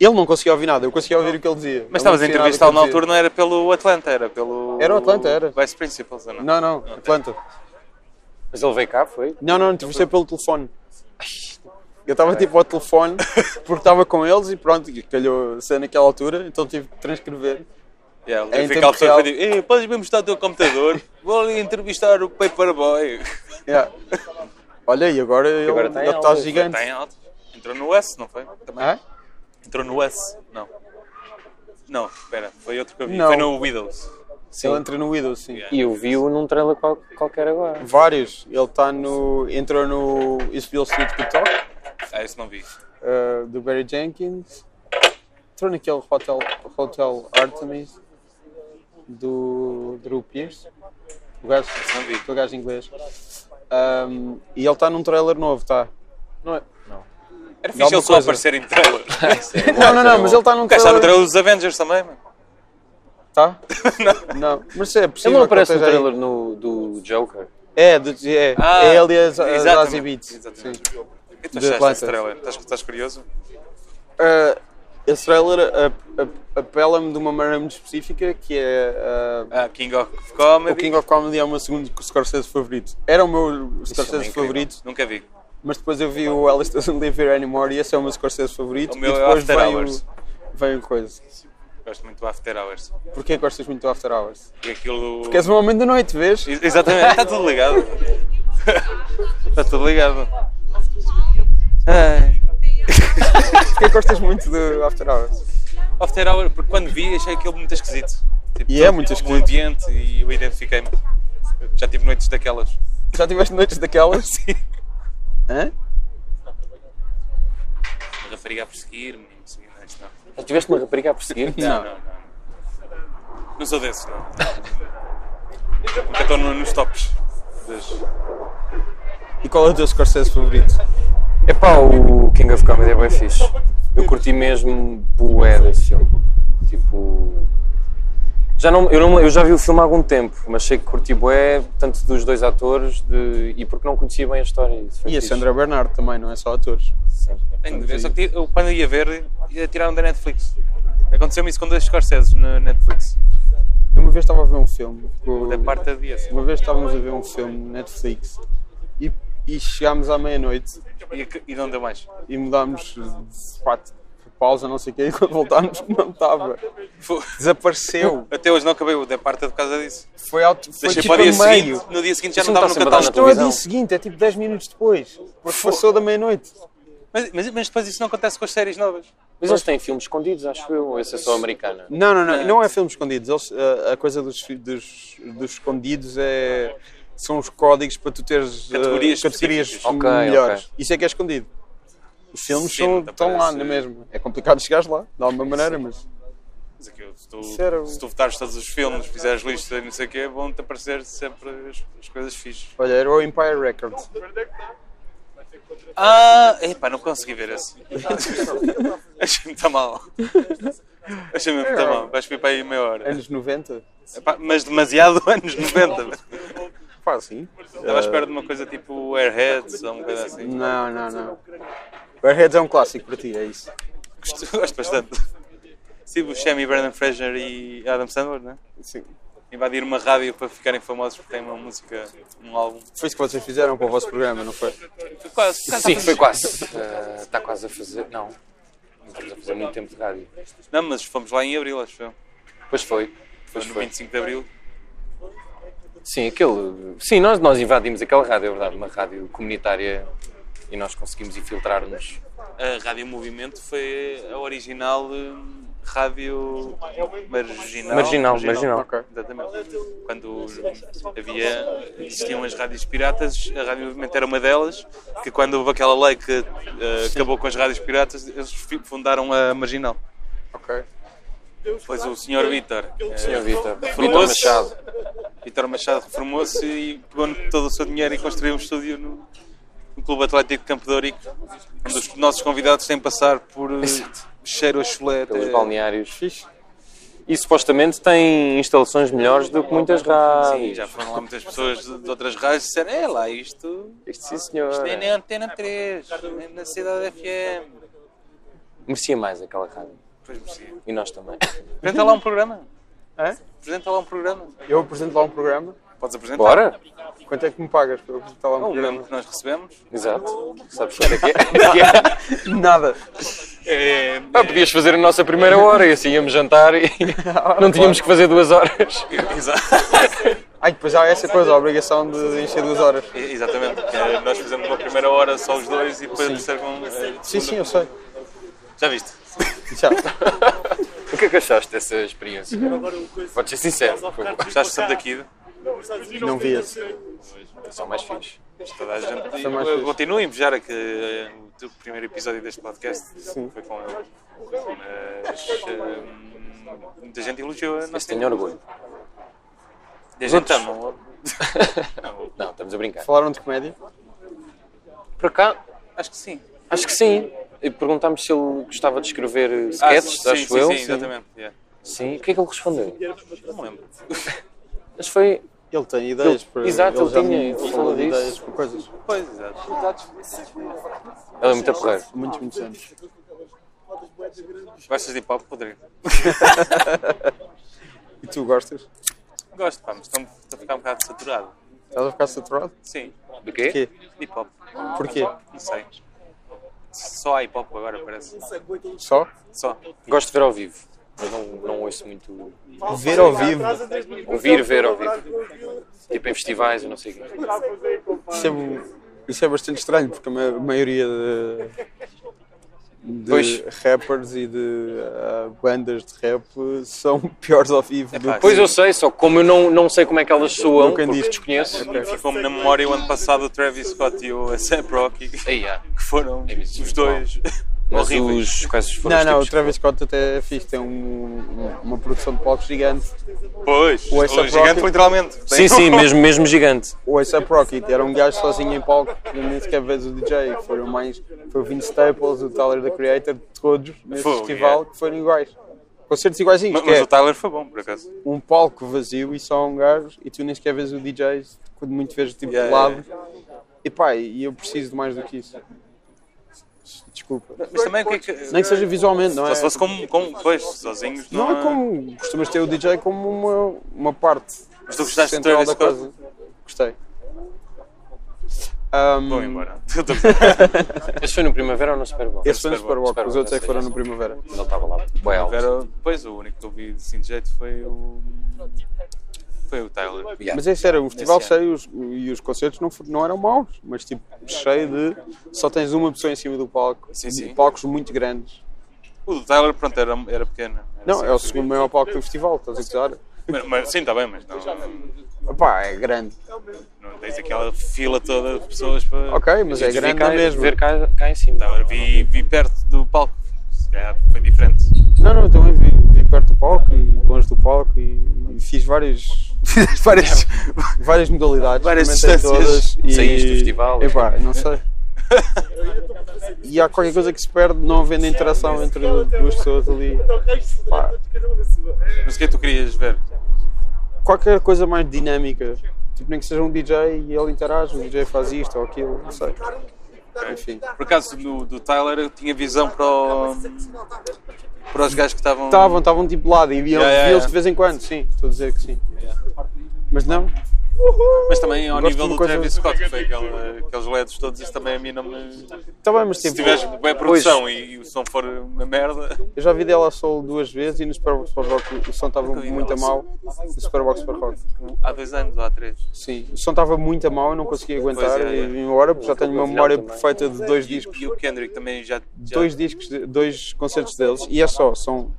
Ele não conseguia ouvir nada, eu conseguia ouvir o que ele dizia. Ele não
Mas estavas a
percebia nada
entrevistá-lo na
que ele
altura, não era pelo Atlanta, era pelo.
Era o Atlanta, era.
Vice Principals, ou não?
dizia. Não, não, Atlanta.
Mas ele veio cá, foi?
Não, não, entrevistei pelo telefone. Eu estava tipo ao telefone porque estava com eles e pronto, e calhou a ser naquela altura, então tive que transcrever.
Yeah, um
É,
eu
em
fico
tempo
à pessoa
real.
e digo: "Ei, podes mesmo estar no teu computador? Vou ali entrevistar o Paperboy.
Yeah. Olha, e agora,
Agora
ele,
tem
ele está
algo.
gigante.
Tem alto. Entrou no S, não foi? Também.
Hã?
Entrou no S, não. Não, espera, foi outro que eu vi.
Não.
Foi no Widows.
Ele entra no Widows, sim.
Yeah.
E eu vi-o num trailer qual- qualquer agora.
Vários. Ele está no. entrou no Is Bill Street Could Talk,
Ah, esse não vi.
eh, do Barry Jenkins. Entrou naquele Hotel, hotel Artemis do Drew Pierce. O gajo,
Não vi.
o gajo inglês. Ahm, e ele está num trailer novo, está. Não, é?
Era fixe
Alguma
ele só
coisa.
aparecer em trailer. o
não, não, não, mas ele está num
gajo está no
trailer.
trailer dos Avengers também, mano.
Tá? Não, mas é possível.
Ele não
que
aparece no
esteja aí.
trailer no, do Joker.
É, do, é, é ele e a Z- a
Ah, exatamente,
Zazie Beetz. Sim.
Exatamente. O que tu
De
achaste desse
Atlanta.
trailer? Estás, estás curioso?
Uh, esse trailer ap- ap- apela-me de uma maneira muito específica que é uh,
Ah, King of
o
Comedy.
King of Comedy é o meu segundo Scorsese favorito. Era o meu
filme é
Scorsese
incrível.
favorito
Nunca vi.
Mas depois eu vi o Alice Doesn't Live Here Anymore e esse é o meu Scorsese favorito.
O meu
e
é
depois
After
vem
Hours.
o, vem o coisa.
Gosto muito do After Hours.
Porquê gostas muito do After Hours?
E aquilo.
Queres um momento da noite, vês?
Ex- Exatamente,
Tá
está tudo ligado. Está tudo ligado. Ai.
Porquê gostas muito do After Hours?
After Hour, porque quando vi achei aquilo muito esquisito. Tipo,
E é
todo
muito
O ambiente e eu identifiquei-me. Já tive noites daquelas.
Já tiveste noites daquelas?
Sim.
Hã?
Uma rapariga a perseguir-me. não sei, não, isto não.
Já tiveste uma rapariga a perseguir?
Não.
Não, não. Não sou desses, não. Nunca estou no- nos tops. Dos...
E qual é o teu Scorsese favorito?
é
Epá, o King of Comedy é bem fixe. Eu curti mesmo bué desse filme. Tipo... Já não, eu, não- eu já vi o filme há algum tempo, mas sei que curti bué, tanto dos dois atores, de- e porque não conhecia bem a história. Isso foi
E a
fixe.
Sandra Bernardo também, não é só atores.
Sim.
Tenho de ver, só que eu, quando ia ver, ia- tiraram da Netflix. Aconteceu-me isso com dois Scorseses na Netflix.
Eu uma vez estava a ver um filme. com-
Da parte da DS.
Uma vez estávamos a ver um filme no Netflix e, e chegámos à meia-noite
E, que- e não deu mais.
e mudámos de pá, de pausa, não sei o quê, e quando voltámos não estava.
Fo-
Desapareceu.
Até hoje não acabei o da parte por causa disso.
Foi, ao, foi
Deixei
tipo
para o
a
dia
meio.
seguinte. No dia seguinte já
Isso
não estava no
não está sempre a dar na
catálogo.
Não é
televisão.
dia seguinte, é tipo 10 minutos depois. Porque passou da meia-noite.
Mas, mas, mas depois isso não acontece com as séries novas.
Mas eles têm filmes escondidos, acho eu, ou esse é só americana?
Não, não, não, não é filmes escondidos. Eles, a, a coisa dos, fi- dos, dos escondidos é. São os códigos para tu teres eh,
Categorias
categorias
específicas.
Ok, ok.
melhores. Isso é que é escondido. Os filmes
Sim,
são,
te
estão lá,
aparece-
não é mesmo? É complicado chegares lá, de alguma maneira, mas.
Mas aquilo, se, tu,
era
se
o-
tu votares todos os filmes, fizeres listas e não sei o quê, vão-te aparecer sempre as, as coisas fixas.
Olha, era o Empire Records.
Ah, epá, não consegui ver esse. Achei-me está mal. Achei-me está mal. Vais vir para aí meia hora.
Anos 90?
Epá, mas demasiado anos 90.
Pá, sim.
Estava à espera de uma coisa tipo Airheads ou uma coisa assim.
Não, não, não. Airheads é um clássico para ti, é isso.
Gosto, gosto bastante. Sim, o Buscemi, Brandon Fraser e Adam Sandler, né?
Sim.
Invadir uma rádio para ficarem famosos porque têm uma música, um álbum.
Foi isso que vocês fizeram para o vosso programa, não foi?
Foi quase. quase
Sim,
a
foi
fazer.
quase. Eh, Está quase a fazer. Não. Não estamos a fazer muito tempo de rádio.
Não, mas fomos lá em abril, acho eu.
Pois foi.
Foi
Pois
no
foi.
25 de abril.
Sim, aquele. Sim, nós, nós invadimos aquela rádio, é verdade, uma rádio comunitária e nós conseguimos infiltrar-nos.
A Rádio Movimento foi a original hum, rádio marginal.
Marginal, marginal.
Ok.
Exatamente. Quando havia, existiam as rádios piratas, a Rádio Movimento era uma delas, que quando houve aquela lei que eh, acabou com as rádios piratas, eles fi- fundaram a Marginal.
Ok.
Depois o Sr. Vítor, eh,
Senhor Vitor, Vitor
Formou-se.
Machado.
Vitor Machado reformou-se e pegou todo o seu dinheiro e construiu um estúdio no, no Clube Atlético de Campo de Ourique, onde os nossos convidados têm de passar por eh,
Exato.
cheiro a chulé até-
Pelos balneários. E supostamente tem instalações melhores do que muitas rádios.
Sim, já foram lá muitas pessoas de de outras rádios e disseram, é lá, isto,
Isto é sim, senhor.
isto nem na Antena 3, nem na Cidade FM.
Merecia mais aquela rádio.
Pois merecia.
E nós também.
Apresenta lá um programa.
Hã?
Apresenta lá um programa.
Eu apresento lá um programa.
Podes apresentar?
Bora?
Quanto é que me pagas para eu apresentar lá um
O
programa?
mesmo que nós recebemos.
Exato. Sabes quanto é que é?
Nada.
É,
Ah, podias fazer a nossa primeira hora e assim íamos jantar e não tínhamos que fazer duas horas.
Exato.
Ai, depois há essa coisa, a obrigação de encher duas horas.
É, Exatamente. É, Nós fizemos uma primeira hora só os dois e depois a terceira com. é,
Sim, sim, eu sei.
Já viste?
Já.
O que é que achaste dessa experiência? Pode ser sincero. por favor.
Gostaste sempre daquilo?
Não vi esse.
São mais fixe.
Toda a gente.
Foi mais
Eu
fixe.
Continuo a invejar a que eh, o teu primeiro episódio deste podcast foi com ele. Mas. eh, muita gente elogiou a
Mas
nossa.
tenho orgulho.
E a gente
outros?
ama.
Não, estamos a brincar.
Falaram de comédia?
Por cá,
Acho que sim.
acho que sim. E Perguntámos se ele gostava de escrever eh,
Ah,
sketches,
sim,
acho
sim,
eu.
Sim, exatamente. yeah.
Sim. O que é que ele respondeu?
Não me lembro.
Mas foi.
Ele tem ideias para.
Exato, ele
já
tinha,
me
ele
falou
falou
de
disso.
ideias para coisas.
Pois, exato.
Ele é muito a porreiro.
Muitos, muitos anos.
Gostas de hip hop, Rodrigo?
E tu gostas?
Gosto, pá, mas estamos a ficar um bocado saturado.
Estás a ficar saturado?
Sim.
Do quê?
Porquê?
Hip hop.
Porquê?
Não sei. Só há hip hop agora, parece.
Só?
Só.
Gosto de ver ao vivo, mas não, não ouço muito.
Ver ao vivo.
Ouvir, ver ao vivo. Tipo em festivais e não sei o quê.
Isso é, isso é bastante estranho, porque a ma- maioria de, de
Pois.
rappers e de ah, bandas de rap são piores ao vivo. do
Epá,
que-
Pois eu sei, só que como eu não, não sei como é que elas soam,
Nunca
porque
disse.
desconheço.
Ficou-me na memória o ano passado o Travis Scott e o A$AP Rocky, que
Aí, há.
foram
É isso,
os
muito
dois
Mas
horríveis.
os quais foram
Não, não, o
os tipos?
Travis Scott até é fixe, tem um- uma- uma produção de palco gigante.
Pois,
O
o,
A$AP
gigante
Rocky-
literalmente.
Sim, sim, mesmo, mesmo gigante.
O A$AP Rocky era um gajo sozinho em palco, eu nem sequer vês o DJ, foram mais, foi o Vince Staples, o Tyler, the Creator, todos nesse
Foi,
festival,
yeah.
que foram iguais. Concertos iguaizinhos,
Mas,
que
mas
é
o Tyler foi bom, por acaso.
um palco vazio e só um gajo, e tu nem sequer vês o DJ, quando muito vês tipo
Yeah,
de lado. E pá, e eu preciso de mais do que isso. Desculpa.
Mas também o que é que.
Nem que seja visualmente, não
Só
é?
se fosse como, como pois, sozinhos.
Não é como. Costumas ter o DJ como uma, uma parte.
Mas tu gostaste do
central
Travis
da
Scott?
coisa. Gostei. Um, Ahm,
Vou embora.
Esse Hum. foi no Primavera ou no Super Bowl?
Esse foi no
Super Bowl,
Super Bowl,
Super
os
Bowl,
outros é que
esse aí,
foram no Primavera.
Não estava lá. Bué alto.
Era, pois, o único que eu vi assim de jeito foi o. Foi o Tyler.
Yeah.
Mas esse era, o festival
Nesse ano.
cheio os- e os concertos não, for- não eram maus, mas tipo, cheio de. Só tens uma pessoa em cima do palco.
Sim,
e
sim.
Palcos muito grandes.
O do Tyler, pronto, era, era pequeno. Era
Não,
assim
é o
que eu
segundo
vi.
maior palco do festival, estás a gozar?
Mas- mas- sim, está bem, mas não,
Pá, é grande.
não tens aquela fila toda de pessoas para.
Ok, mas é
Eu vi
grande
cá,
na mesma.
Ver cá, cá em cima.
Tyler, vi, vi perto do palco. Se calhar foi diferente.
Não, não, então eu também vi, vi perto do palco e longe do palco e, e fiz várias, várias, várias modalidades.
Várias
experimentei
substâncias.
todas e-
Saíste do festival.
Epá, não sei. E há qualquer coisa que se perde não havendo interação entre duas pessoas ali. Pá,
Mas o que é que tu querias ver?
qualquer coisa mais dinâmica. Tipo, nem que seja um DJ e ele interage, o DJ faz isto ou aquilo, não sei. Enfim.
Por acaso, no, do Tyler, eu tinha visão para, o, para os gajos que estavam.
Estavam, estavam tipo de lado e viam-
Yeah, yeah,
viam-se
yeah.
de vez em quando, sim, estou a dizer que sim. Mas não,
Mas também ao
Gosto
nível
de
do
uma coisa-
Travis Scott, que foi aquele, aqueles LEDs todos, isso também a mim não me.
está bem, mas
Se
tipo.
tiveres boa produção e, e o som for uma merda.
Eu já vi dela Soul duas vezes e no Superbox Super Rock o som estava
vi
muito a
Della
mal. No Superbox Super Rock.
Há dois anos ou há três.
Sim, o som estava muito a mal, eu não conseguia aguentar
Pois é,
e
é.
vim embora porque já tenho uma
Não,
memória
também.
perfeita de dois
E,
discos.
e o Kendrick também já. já
Dois discos, de- dois concertos deles e é só, são,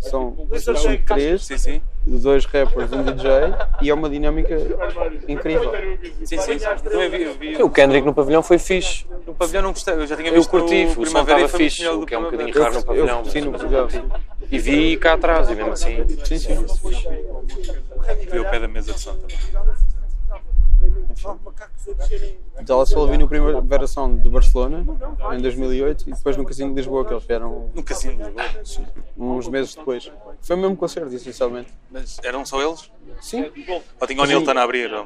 são, são três,
Sim, sim.
dois rappers, um DJ e é uma dinâmica incrível.
Sim, sim. sim. Também vi, eu vi.
O Kendrick no pavilhão foi fixe.
No pavilhão não gostei. Eu já tinha
Eu
visto
curti,
o
o som
Primavera
estava
e foi muito
fixe,
melhor do
o que é um bocadinho
Primavera.
raro no
Eu
pavilhão.
curti no
mas-
pavilhão.
E vi cá atrás, e mesmo assim.
Sim, sim.
Vi ao pé da mesa de som também.
Dela Soul vi no primeiro Sound de Barcelona em 2008 e depois no Casino de Lisboa que eles vieram
No casino de Lisboa.
uns meses depois. Foi o mesmo concerto, essencialmente.
Mas eram só eles?
Sim.
Ou tinha o Nilton a abrir? Não?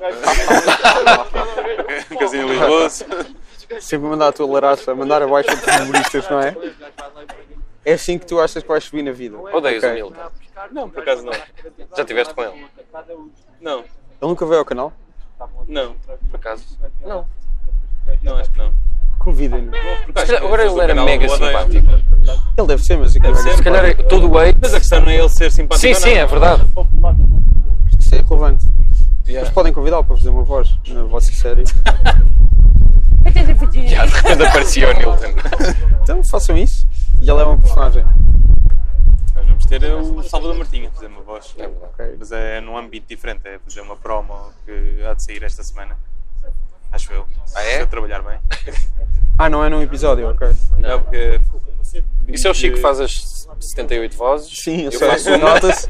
casino de Lisboa.
Sempre mandar a tua laraça, mandar abaixo de terroristas, não é? É assim que tu achas que vais subir na vida.
Odeias
Ok.
o Nilton.
Não, por acaso não.
Já estiveste com ele,
Não,
Ele nunca veio ao canal?
não.
por acaso? Não.
Não, acho que não.
Convidem-no.
Se calhar- Agora ele era
Canal
mega
Odeio.
simpático.
Ele deve ser, mas deve
Se calhar é todo o hate.
Mas a questão não é ele ser simpático.
Sim,
ou não.
sim, é verdade.
Isso é relevante.
Yeah.
Mas podem convidá-lo para fazer uma voz na vossa série.
Já de repente aparecia o Nilton.
Então façam isso. E ele é uma personagem.
Nós vamos ter eh, o Salvador Martinho a fazer uma voz.
Ok.
Mas é num âmbito diferente, é fazer uma promo que há de sair esta semana. Acho eu.
Ah, é?
Se eu trabalhar bem.
Ah, não é num episódio, ok.
Não, porque.
Isso é o Chico que faz as 78 vozes.
Sim, eu,
eu
sei.
faço uma.
Nota-se.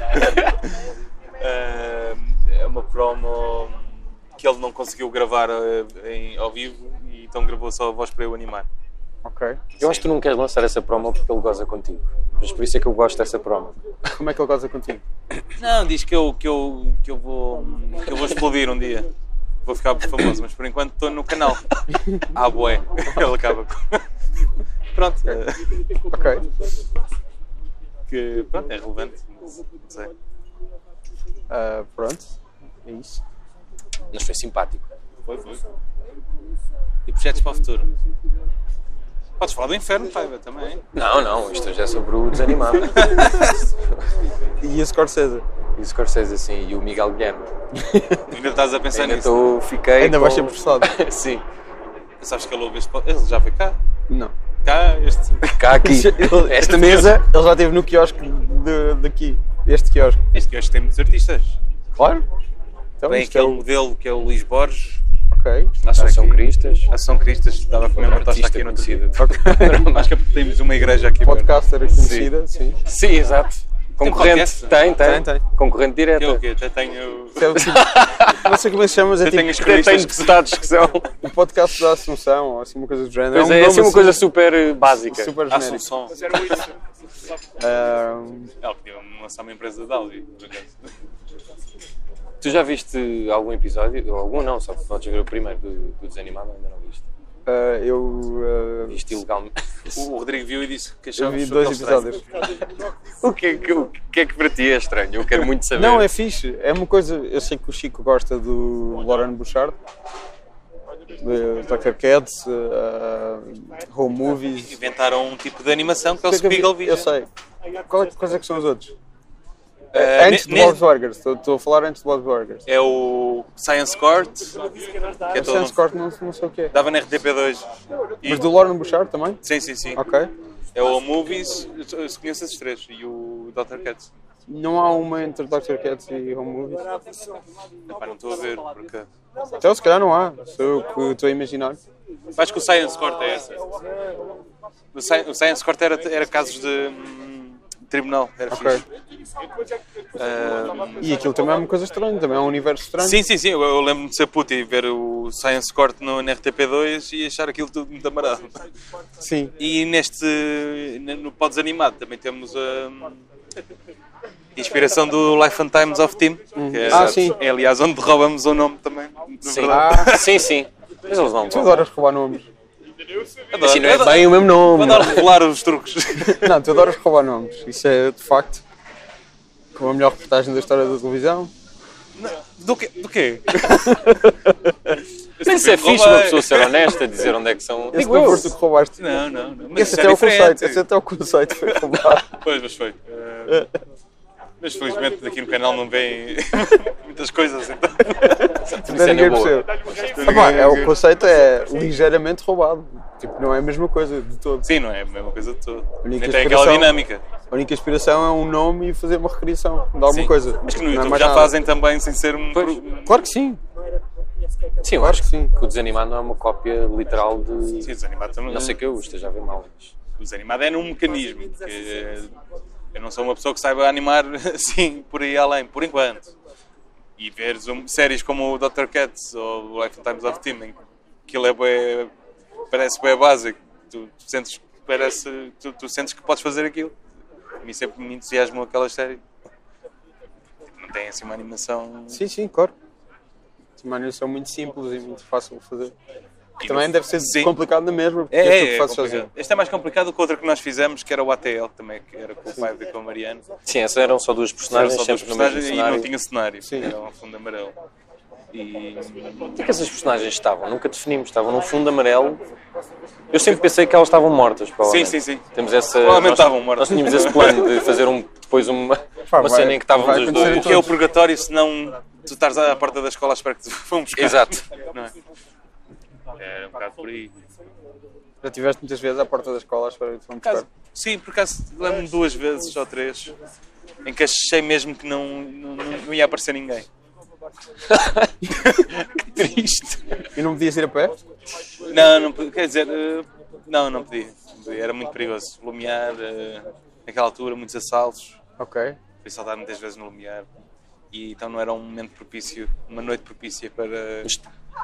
Ah, é uma promo que ele não conseguiu gravar ah, em- ao vivo e então gravou só a voz para eu animar.
Ok.
Eu acho que tu não queres lançar essa promo porque ele goza contigo. Mas por isso é que eu gosto dessa promo.
Como é que ele goza contigo?
Não, diz que eu, que eu, que eu, vou, que eu vou explodir um dia. Vou ficar famoso, mas por enquanto estou no canal. Ah, boé. Ele acaba com. Pronto. ah,
Ok.
que pronto, é relevante. Não sei.
Ah, pronto. É isso.
Mas foi simpático.
Foi, foi. E projetos para o futuro? Podes falar do inferno, Paiva, também.
Não, não, isto já é sobre o desanimado.
E a Scorsese.
e o Scorsese, assim, e o Miguel Guilherme.
Ainda estás a pensar
Ainda
nisso.
estou, fiquei.
Ainda
com-
vais ser processado.
Sim,
Sabes que ele ouve este podcast? Ele já veio cá.
Não.
Cá, este.
cá aqui. Esta mesa.
Ele já esteve no quiosque de- daqui. Este quiosque.
Este gajo tem muitos artistas.
Claro. Então,
Tem
isto é
aquele
um...
modelo que é o Luís Borges,
Ok.
Nós
aqui.
são cristas.
Ação Cristas, estava a comer uma tosta
Artista
aqui no
conhecida.
Acho que é porque temos uma igreja aqui.
Podcast era é conhecida, sim.
Sim, exato. Concorrente.
podcast?
Tem, tem.
Tem, tem.
Concorrente
perto. Eu o
direta.
quê? Até tenho.
Isso é o tipo- não sei como é que se chama, mas é
Até tenho
tipo
as
Até tem
cronistas que
deputados que É um são.
o podcast da Assunção ou assim uma coisa do género.
Pois
um
é,
nome
essa é uma coisa super eh, básica.
super
Ação
genérico.
um Som.
Ah,
Ela podia lançar uma empresa de áudio. por acaso.
Tu já viste algum episódio? Algum não, só podes ver o primeiro do, do Desanimado, ainda não viste.
ah, eu ah,
Viste ilegalmente.
O Rodrigo viu e disse que
eu
achava
vi
que
dois
ele estranho.
episódios.
O que, é que- o que é que para ti é estranho? Eu quero muito saber.
Não, é fixe. É uma coisa. Eu sei que o Chico gosta do Lauren Bouchard, de Dr. Cats, uh, Home Movies.
Inventaram um tipo de animação que é o
Sei que eu vi-
Spiegel Vision.
Eu sei. Qual é, quais é que são os outros?
Eh,
É antes
ne-
de Bob's Burgers. Estou- Estou a falar antes de Bob's Burgers.
É o Science Court, que é
Mas
todo.
Sans
um-
Court não, não sei o que é.
Dava na RTP2. E-
Mas do Lauren Bouchard também?
Sim, sim, sim.
Ok.
É o Movies, eu eu conheço esses três. E o Dr. Katz.
Não há uma entre Dr. Cats e Home Movies?
Epá, não estou a ver, porque.
Então, se calhar não há. Sou eu que estou a imaginar.
Acho que o Science Court é essa. O, Sci- o Science Court era, era casos de hum, tribunal, era
Ok.
fixe. Ah,
E aquilo também é uma coisa estranha, também é um universo estranho.
sim, sim, sim, eu, eu lembro-me de ser puto e ver o Science Court no, na RTP2 e achar aquilo tudo muito amarado.
Sim.
E neste, ne- no Podes Animado, também temos a hum, inspiração do Life and Times of Tim, que é,
Ah, sim.
é, aliás onde roubamos o nome também. na
Sim.
verdade.
sim, sim. Mas eles não
Tu
vão.
adoras roubar nomes.
Assim, não é
Adoro-
bem o mesmo nome.
Adoro revelar os truques.
Não, tu adoras roubar nomes. Isso é de facto com a melhor reportagem da história da televisão.
Do quê? Do quê?
Mas isso é
Roubei.
fixe uma pessoa ser honesta, dizer onde é que são.
Esse
Digo
não
eu.
foste tu que roubaste.
Não, não, não. Mas
Esse
isso
até é o
diferente.
conceito. Esse até é o conceito foi roubado.
Pois, mas foi. Eh,
É.
Mas felizmente aqui no canal não vêm muitas coisas, então.
Isso é na
ninguém
boa.
percebe. Ah, pá, é, o conceito é ligeiramente roubado. Tipo, não é a mesma coisa de todo.
Sim, não é a mesma coisa de tudo.
A
Nem
única
tem aquela
inspiração-
dinâmica.
A única inspiração é um nome e fazer uma recrição de alguma
Sim.
coisa.
Mas que
Não
no
é
YouTube
mais
já
nada.
fazem também sem ser um.
Pois.
pro-
Claro que sim.
Sim, eu
Claro
acho
que sim.
que o Desanimado não é uma cópia literal
Sim,
de.
desanimado também.
Não sei que eu esteja a ver mal. mas-
Desanimado é num mecanismo. porque, eh, eu não sou uma pessoa que saiba animar assim por aí além, por enquanto. E veres um, séries como o Dr. Katz ou o Life and Times of Tim, em que aquilo é bué- parece bem básico. Tu, tu sentes, que parece, tu, tu sentes que podes fazer aquilo. A mim sempre me entusiasmam aquelas séries. Não tem assim uma animação.
Sim, sim, claro. Mano, são muito simples e muito fácil de fazer.
E
Também
no-
deve ser
Sim.
complicado na mesma, porque
É,
és
é,
tu que
é
fazes
complicado.
sozinho.
Este é mais complicado que o outro que nós fizemos, que era o ATL, que também que era com o Fábio e com o Mariano.
Sim, essas eram só duas
Eram
personagens,
só duas
sempre no mesmo
personagens e não
cenário.
tinha cenário.
Sim.
Era um fundo amarelo. E
Onde é que essas personagens estavam? Nunca definimos. Estavam num fundo amarelo. Eu sempre pensei que elas estavam mortas. provavelmente.
Sim, sim, sim.
Temos essa.
Provavelmente
nós-
estavam mortas.
Nós tínhamos esse plano de fazer um, depois uma, uma
vai-
cena em que estávamos
vai
os
acontecer
o
dois.
que é o purgatório se não tu estás à porta da escola à espera que te vão buscar?
Exato.
Não é? Era um bocado por aí.
Já estiveste muitas vezes à porta da escola à espera de te vão
Por
buscar.
acaso- sim, por acaso lembro-me duas vezes ou três em que achei mesmo que não, não, não- não ia aparecer ninguém. que triste.
E não podias ir a pé?
Não, não pod- quer dizer, eh, não, não podia. Não podia, Era muito perigoso. Lumiar, eh, naquela altura, muitos assaltos.
Ok.
Fui saltar muitas vezes no Lumiar. E então não era um momento propício, uma noite propícia para.
Mas,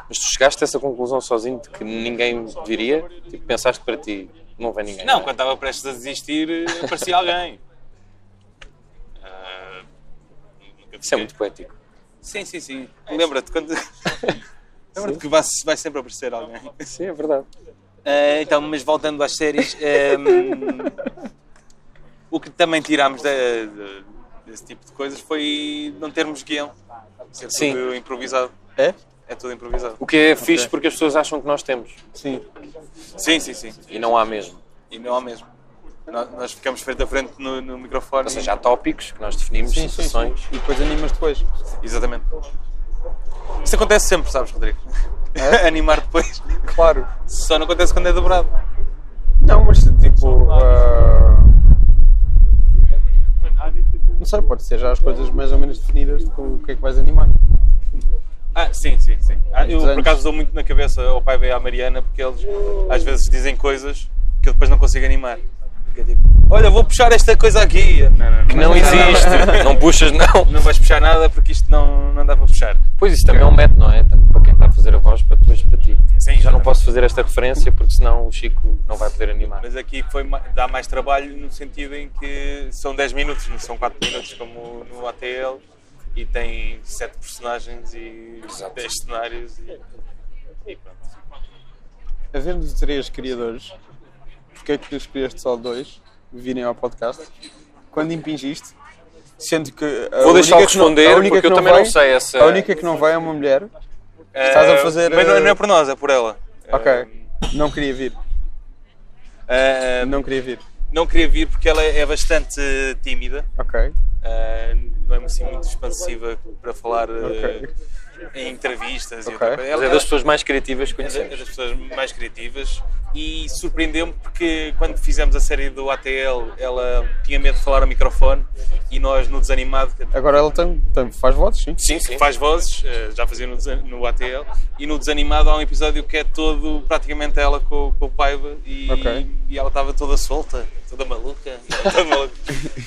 mas tu chegaste a essa conclusão sozinho de que ninguém viria? Tipo, pensaste para ti, não vem ninguém.
Não, quando estava prestes a desistir, eh, aparecia alguém. Ah, nunca
Isso é
fiquei-
muito poético.
Sim, sim, sim. Lembra-te quando. Lembra-te que vai, vai sempre aparecer alguém.
Sim, é verdade.
Eh, então, mas voltando às séries, ehm, o que também tirámos da- de- desse tipo de coisas foi não termos guião. Sempre
Sim.
tudo improvisado.
É?
é tudo improvisado.
O que é fixe porque as pessoas acham que nós temos.
Sim.
Sim, sim, sim.
E não há mesmo.
E não há mesmo. Nós, nós ficamos frente a frente no, no microfone.
Ou seja, há tópicos que nós definimos,
Sim, sim, sim.
situações.
E depois animas depois.
Exatamente. Isso acontece sempre, sabes, Rodrigo?
É?
Animar depois.
Claro.
Só não acontece quando é dobrado.
Não, mas tipo. ah, Não sei, pode ser já as coisas mais ou menos definidas de com o que é que vais animar.
Ah, sim, sim, sim. Ah, eu,
Desenhos.
por acaso, dou muito na cabeça ao pai e à Mariana, porque eles às vezes dizem coisas que eu depois não consigo animar. Porque é tipo, olha, vou puxar esta coisa aqui. Não, não, não,
Que não existe. Não puxas, não.
Não vais puxar nada porque isto não, não dá para puxar.
Pois isso também é um método, não é? Tanto para quem está a fazer a voz, para depois para ti.
Sim,
Já não posso fazer esta referência porque senão o Chico não vai poder animar.
Mas aqui foi, ma- dá mais trabalho no sentido em que são 10 minutos, não são 4 minutos como no ATL e tem 7 personagens e
Exato.
10 cenários e, e pronto.
Havendo três criadores, porque é que escolheste só dois virem ao podcast? Quando impingiste? Sendo que. a
Vou deixá-lo
única que não- a
responder,
única
porque
que
eu também
vai-
não sei essa-
A única que não vai é uma mulher. Estás a fazer,
Mas não,
eh,
não é por nós, é por ela.
Ok.
Eh,
Não queria vir.
eh,
Não queria vir.
não queria vir porque ela é bastante tímida,
Ok.
eh, não é assim muito expansiva para falar eh,
Ok.
em entrevistas e
Ok.
outra coisa.
Mas
Ela-
é
ela-
das pessoas mais criativas que
é da- é
conhecemos.
das pessoas mais criativas e surpreendeu-me porque quando fizemos a série do ATL ela tinha medo de falar ao microfone e nós no Desanimado
Agora ela tem, tem- faz votos, sim.
Sim, sim.
faz vozes, eh, já fazia no, Desa- no ATL e no Desanimado há um episódio que é todo praticamente ela com, com o Paiva e,
Ok.
e ela estava toda solta, toda maluca, toda maluca.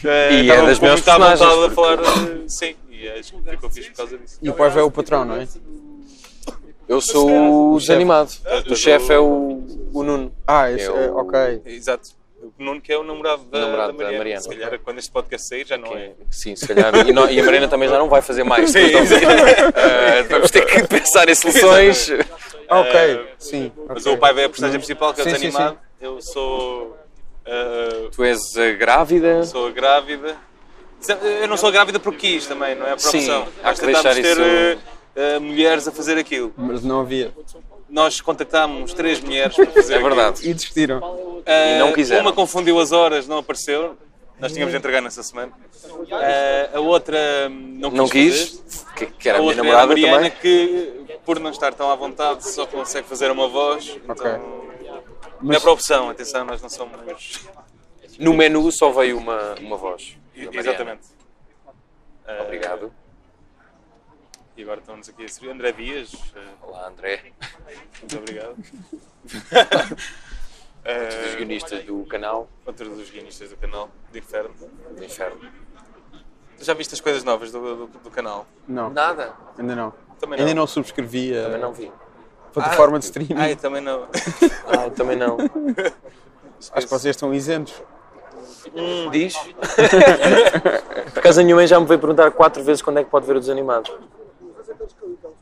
Eh,
E é
estava
das
com
melhores
muita vontade a
personagens,
falar, eh, sim, e acho que ficou fixe por causa disso.
E o Paiva é o patrão, não é?
Eu sou o desanimado.
chefe.
O chefe é o, o Nuno.
Ah, esse,
É o-
é, ok.
Exato. O Nuno que é o namorado da, da
Namorado da
Mariana.
Mariana,
Se calhar quando este podcast sair já não é.
Sim, se calhar. E, nó- e a Mariana também já não vai fazer mais.
Sim,
Então, eh, vamos ter que pensar em soluções.
Ah, ok, sim.
Mas
ok.
o pai é a personagem principal, que é o
Sim, sim,
desanimado. Eu sou. ah,
Tu és a grávida.
sou grávida. Eu não sou grávida porque quis também, não é a profissão.
Sim, há
Nós
que deixar
tentámos ter
isso-
ah, ah, mulheres a fazer aquilo.
Mas não havia.
Nós contactámos três mulheres para fazer
É verdade.
E desistiram.
aquilo. Ah,
E não quiseram.
Uma confundiu as horas, não apareceu. Nós tínhamos de entregar nessa semana. Ah, a outra hum, não quis.
Não
fazer.
quis. Que, que era a
A
minha
outra era a
namorada
Mariana
também.
que, por não estar tão à vontade, só consegue fazer uma voz. Então,
Ok.
Não é para opção, atenção, nós não somos.
No menu só veio uma, uma voz. da Mariana.
Exatamente. Eh,
Obrigado.
E agora estamos aqui a servir. André Dias, eh,
Olá, André.
muito obrigado.
Dos
Eh,
guionistas do canal
Outro dos guionistas do canal, do Inferno.
do Inferno.
Já viste as coisas novas do, do, do canal?
Não,
Nada.
ainda não.
Também não. Ah,
Ainda não subscrevi a
Também não vi.
plataforma de streaming.
Ai, também não.
Ah, também não.
Acho que vocês estão isentos.
Diz. Por acaso a minha mãe já me veio perguntar quatro vezes quando é que pode ver o desanimado.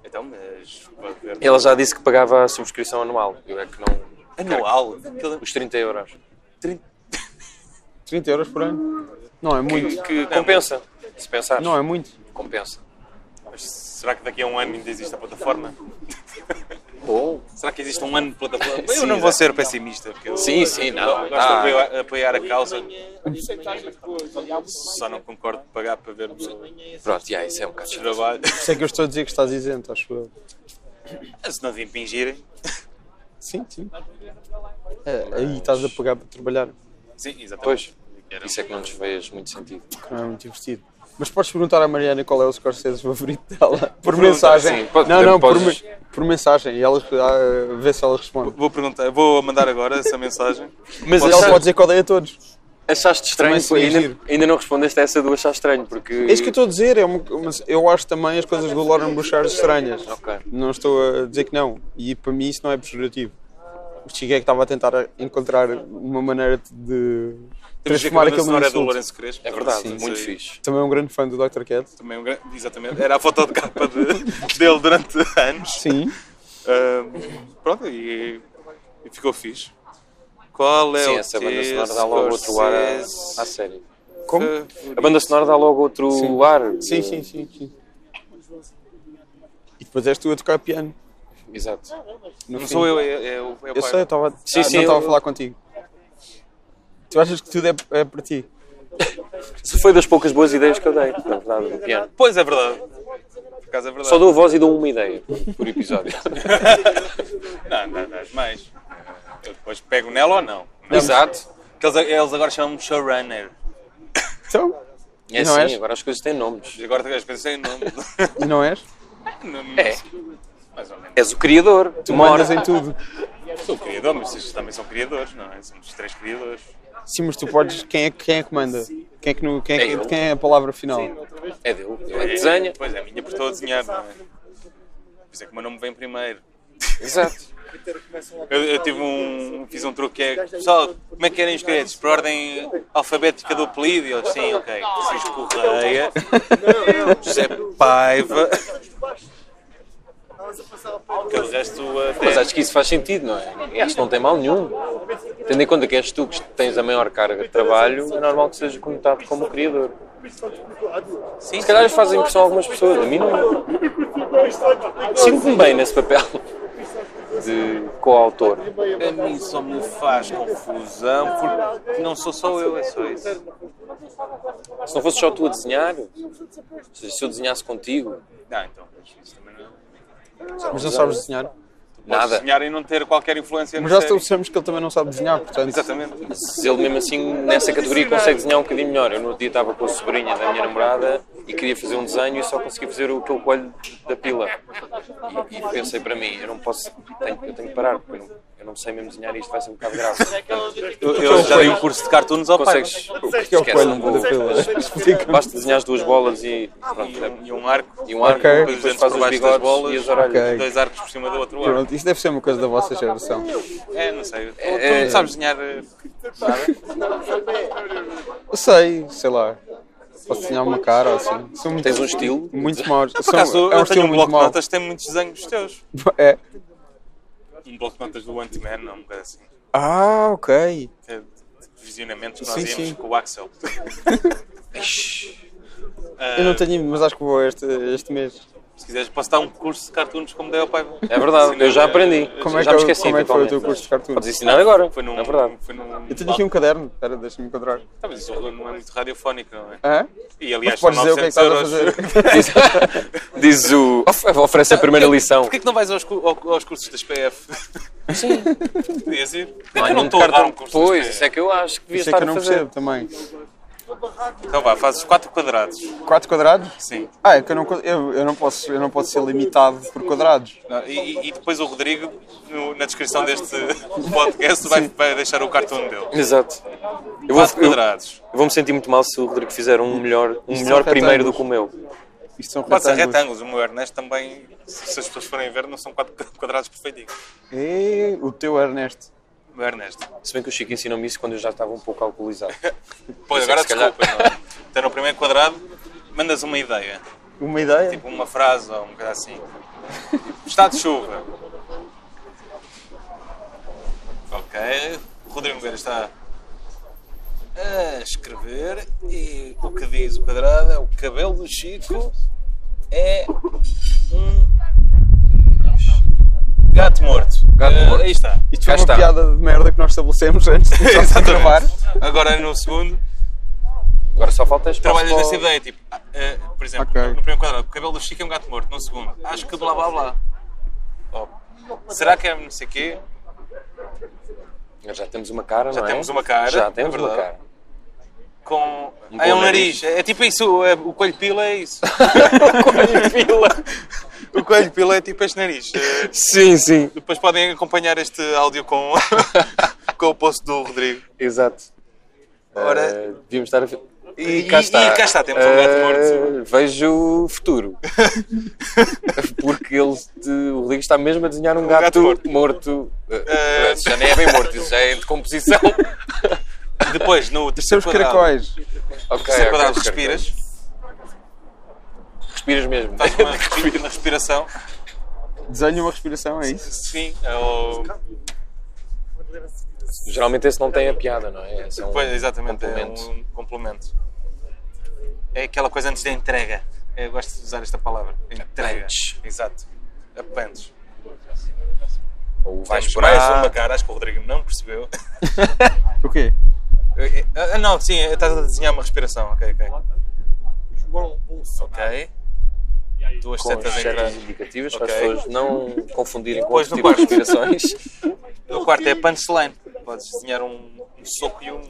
Então, mas. pode ver.
Ela já disse que pagava a subscrição anual. Eu é que não.
Anual? Aquilo-
Os 30 euros.
30 euros por ano. Não é muito.
Que compensa, se pensar.
Não é muito.
Compensa.
Mas será que daqui a um ano ainda existe a plataforma?
Bom.
Será que existe um ano de plataforma?
Oh. Sim,
eu não vou
exato.
ser pessimista, porque eu
Sim, sim, não.
eu gosto
Ah.
de apoiar, apoiar a causa. Só não concordo de pagar para ver o meu
Pronto, já, isso é um bocado chato.
trabalho.
Sei que eu estou a dizer que estás isento, acho eu.
Se não te impingirem.
Sim, sim. É, aí estás a pagar para trabalhar.
Sim, exatamente.
Pois. Isso é que não nos fez muito sentido.
que Não é muito divertido. Mas podes perguntar à Mariana qual é o Scorsese favorito dela. Por
Pergunta,
mensagem.
sim, pode-
não, não, por,
podes-
me- por mensagem. E ela ah, vê se ela responde.
Vou perguntar, vou mandar agora essa mensagem.
Mas
Ela pode dizer que odeia a todos.
achaste estranho,
Também seria
ainda,
giro.
ainda não respondeste a essa do achar estranho, porque.
É isso que eu estou a dizer. é uma- mas eu acho também as coisas do Lauren Bouchard estranhas.
Ok.
Não estou a dizer que não. E para mim isso não é pejorativo. O Chico é que estava a tentar encontrar uma maneira de
Temos de dizer que a
transformar
banda
aquilo num
sonora é do
insulto.
Lourenço Crespo.
É verdade,
Sim,
muito
sim.
fixe.
Também é um grande fã do Dr. Cat.
Também um grande- Exatamente. Era a foto de capa de- dele durante anos.
Sim.
Ahm, pronto, e, e ficou fixe. Qual é
Sim,
o
essa
teu
banda sonora dá logo outro ar à, à
Scorsese
série.
Como?
A banda sonora dá logo outro ar.
Sim, sim, sim. sim.
E
depois és tu a tocar piano.
Exato.
Não
no fim.
sou eu, é, é, o- é o
Eu
pai.
sei, eu estava
Sim, sim,
não estava
eu-
a falar contigo. Tu achas que tudo é, é para ti?
Isso foi das poucas boas ideias que eu dei. Na verdade, no piano.
Pois é verdade. Por acaso é verdade.
Só dou voz e dou uma ideia por episódio.
Não, não, não, mas eu depois pego nela ou não. Mas-
Exato.
que Eles, eles agora chamam-me showrunner.
Então,
É
Não
assim,
és?
agora as coisas têm nomes.
Agora as coisas têm nome.
e não és?
Não- não-
É.
Mais ou menos.
És o criador.
Tu mandas em tudo.
Sou criador, mas vocês também são criadores, não é? Somos três criadores.
Sim, mas tu podes. Quem é, que- quem é que manda? Quem é, que no, quem, é,
É
que-
eu.
de quem é a palavra final?
É dele. Ele é que desenha.
Pois é, a minha por todo desenhar, não é? Por isso é que o meu nome vem primeiro.
Exato.
Eu, eu tive um. fiz um truque que é. Pessoal, como é que querem os créditos? Por ordem alfabética do apelido? E eu, sim, ok. Francisco Correia, José Paiva. Aquele resto até.
Mas acho que isso faz sentido, não é? E acho que não tem mal nenhum. Tendo em conta que és tu que tens a maior carga de trabalho, é normal que seja conotado como criador.
Sim,
Se calhar isso faz impressão a algumas pessoas, a mim não. Sinto-me bem nesse papel de coautor.
A mim só me faz confusão porque não sou só eu, é só isso.
Se não fosse só tu a desenhar, ou seja, se eu desenhasse contigo,
Não, então, mas isso também não.
Mas não sabes desenhar.
Podes
nada.
desenhar e não ter qualquer influência
Mas
na
já
série.
estabelecemos que ele também não sabe desenhar, portanto.
Exatamente.
Mas ele mesmo assim, nessa categoria, consegue desenhar um bocadinho melhor. Eu no outro dia estava com a sobrinha da minha namorada e queria fazer um desenho e só consegui fazer o- aquele coelho da pila. E, e pensei para mim, eu não posso, tenho, eu tenho que parar, porque eu não, eu não sei mesmo desenhar e isto vai ser um bocado grave. Portanto,
Eu, eu já dei um curso de cartoons ao pai.
consegues,
Que é o
esquece,
coelho
não vou-
da pila. Explica-me.
Basta desenhar as duas bolas e pronto, é-
E um arco.
e um arco,
Ok.
depois, depois faz
baixo
os
das
bigodes
bolas
e as orelhas.
Ok.
dois arcos por cima do outro arco.
Pronto, isto deve ser uma coisa da vossa geração.
É, não sei. Tu,
É-
tu não sabes desenhar. eh,
Eu sei, sei lá. Posso desenhar uma cara ou assim. São muito,
Tens um estilo?
muito maus. São-
Por acaso,
é um
eu tenho
estilo
um
muito
bloco de
mau.
notas que tem muitos desenhos teus.
É.
Um bloco de notas do Ant-Man, não, um bocado assim.
Ah, ok.
É, de Visionamentos que
Sim,
nós
sim.
íamos com o Axel.
Eu não tenho, mas acho que vou este, este mês.
Se quiseres, posso dar um curso de cartoons como dei ao pai.
É verdade, eu já aprendi.
Como é
já
que,
me
é o-
esqueci.
como é que foi o teu
totalmente.
curso de cartoon?
Podes ensinar agora,
Foi num.
é verdade.
Foi num
Eu tenho aqui um caderno. Espera, deixa-me encontrar.
Tá, mas isso não é muito radiofónico, não é?
Hã?
E
Mas
aliás, são
podes dizer o que é
900
que estás a
euros.
fazer.
Diz o. of- Oferece a primeira lição.
Porquê que não vais aos, cu- ao- aos cursos das PF? Sim. Podias ir. Porquê que
Ai,
eu não
num
estou a dar um
cartão.
curso
Pois,
das
isso
PF?
é que eu acho que devia
Isso é que
estar
eu
a
não
fazer.
percebo também.
Então vá, fazes 4 quadrados.
4 quadrados?
Sim.
Ah, é que eu não, co- eu, eu não, posso, eu não posso ser limitado por quadrados.
Não, E, e- e depois o Rodrigo, no- na descrição deste podcast, vai, vai deixar o cartoon dele.
Exato. Eu vou,
4
eu, eu
quadrados.
vou me sentir muito mal se o Rodrigo fizer um melhor, um melhor
são
primeiro do
retângulos.
que o meu.
Isto são
Pode ser
retângulos.
retângulos. O meu Ernesto também, se se as pessoas forem ver, não são 4 quadrados perfeitinhos.
E É, o teu Ernesto.
O meu Ernesto.
Se bem que o Chico ensinou-me isso quando eu já estava um pouco alcoolizado.
Pois,
Isso é
agora
que se calhar-
desculpa. não é? Então no primeiro quadrado, mandas uma ideia.
Uma ideia?
Tipo uma frase ou um bocado assim. Tipo, Está de chuva. Ok. O Rodrigo Nogueira está a escrever e o que diz o quadrado é o cabelo do Chico é um gato morto.
Gato
Eh,
morto.
Aí está.
Isto foi
Cá
uma
está.
piada de merda que nós estabelecemos antes de começarmos a gravar.
Agora é no segundo.
Agora só falta espaço
trabalhas
para o-
nessa ideia, tipo, ah, ah, por exemplo,
Ok.
no primeiro quadrado, o cabelo do Chico é um gato morto, no segundo, acho que blá blá blá. Ou, será que é não sei quê?
Já temos uma cara,
Já
não é?
temos uma cara,
Já temos
é
uma
verdade.
cara.
Com.
Um
Ah, é
bom
um nariz,
nariz.
é tipo isso, é- o coelho pila é isso. o coelho pila é tipo este nariz. Eh,
Sim, sim.
Depois podem acompanhar este áudio com, com o post do Rodrigo.
Exato.
Ora,
Eh, devíamos estar a... ver-
E- e- e cá está, temos um
Eh,
gato
Vejo o futuro. Porque ele, te- o Rodrigo está mesmo a desenhar um, gato,
gato
morto.
morto.
Eh, pronto, isso já nem é bem morto, isso já é de composição.
depois, no terceiro
Seus
quadrado,
caracóis.
ok,
terceiro é quadrado
ok,
respiras,
Respiras mesmo.
faz uma respi- uma respiração.
Desenho uma respiração, é isso?
Sim, é o.
Geralmente esse não tem a piada, não é? Esse é um
Pois, exatamente,
complemento.
é um complemento. É aquela coisa antes da entrega. Eu gosto de usar esta palavra. Entrega.
Antes.
Exato. apantes.
Ou vais
Temos
por
mais
A.
uma cara, acho que o Rodrigo não percebeu.
O quê?
Eu- eu- ah, não, sim, estás a desenhar uma respiração, ok, ok. Ok. Duas
com as
setas em
setas
grande.
indicativas
Ok.
para as pessoas não confundirem com
Depois
outro tipo
não
de respirações.
O quarto é punchline. Podes desenhar um, um soco e um.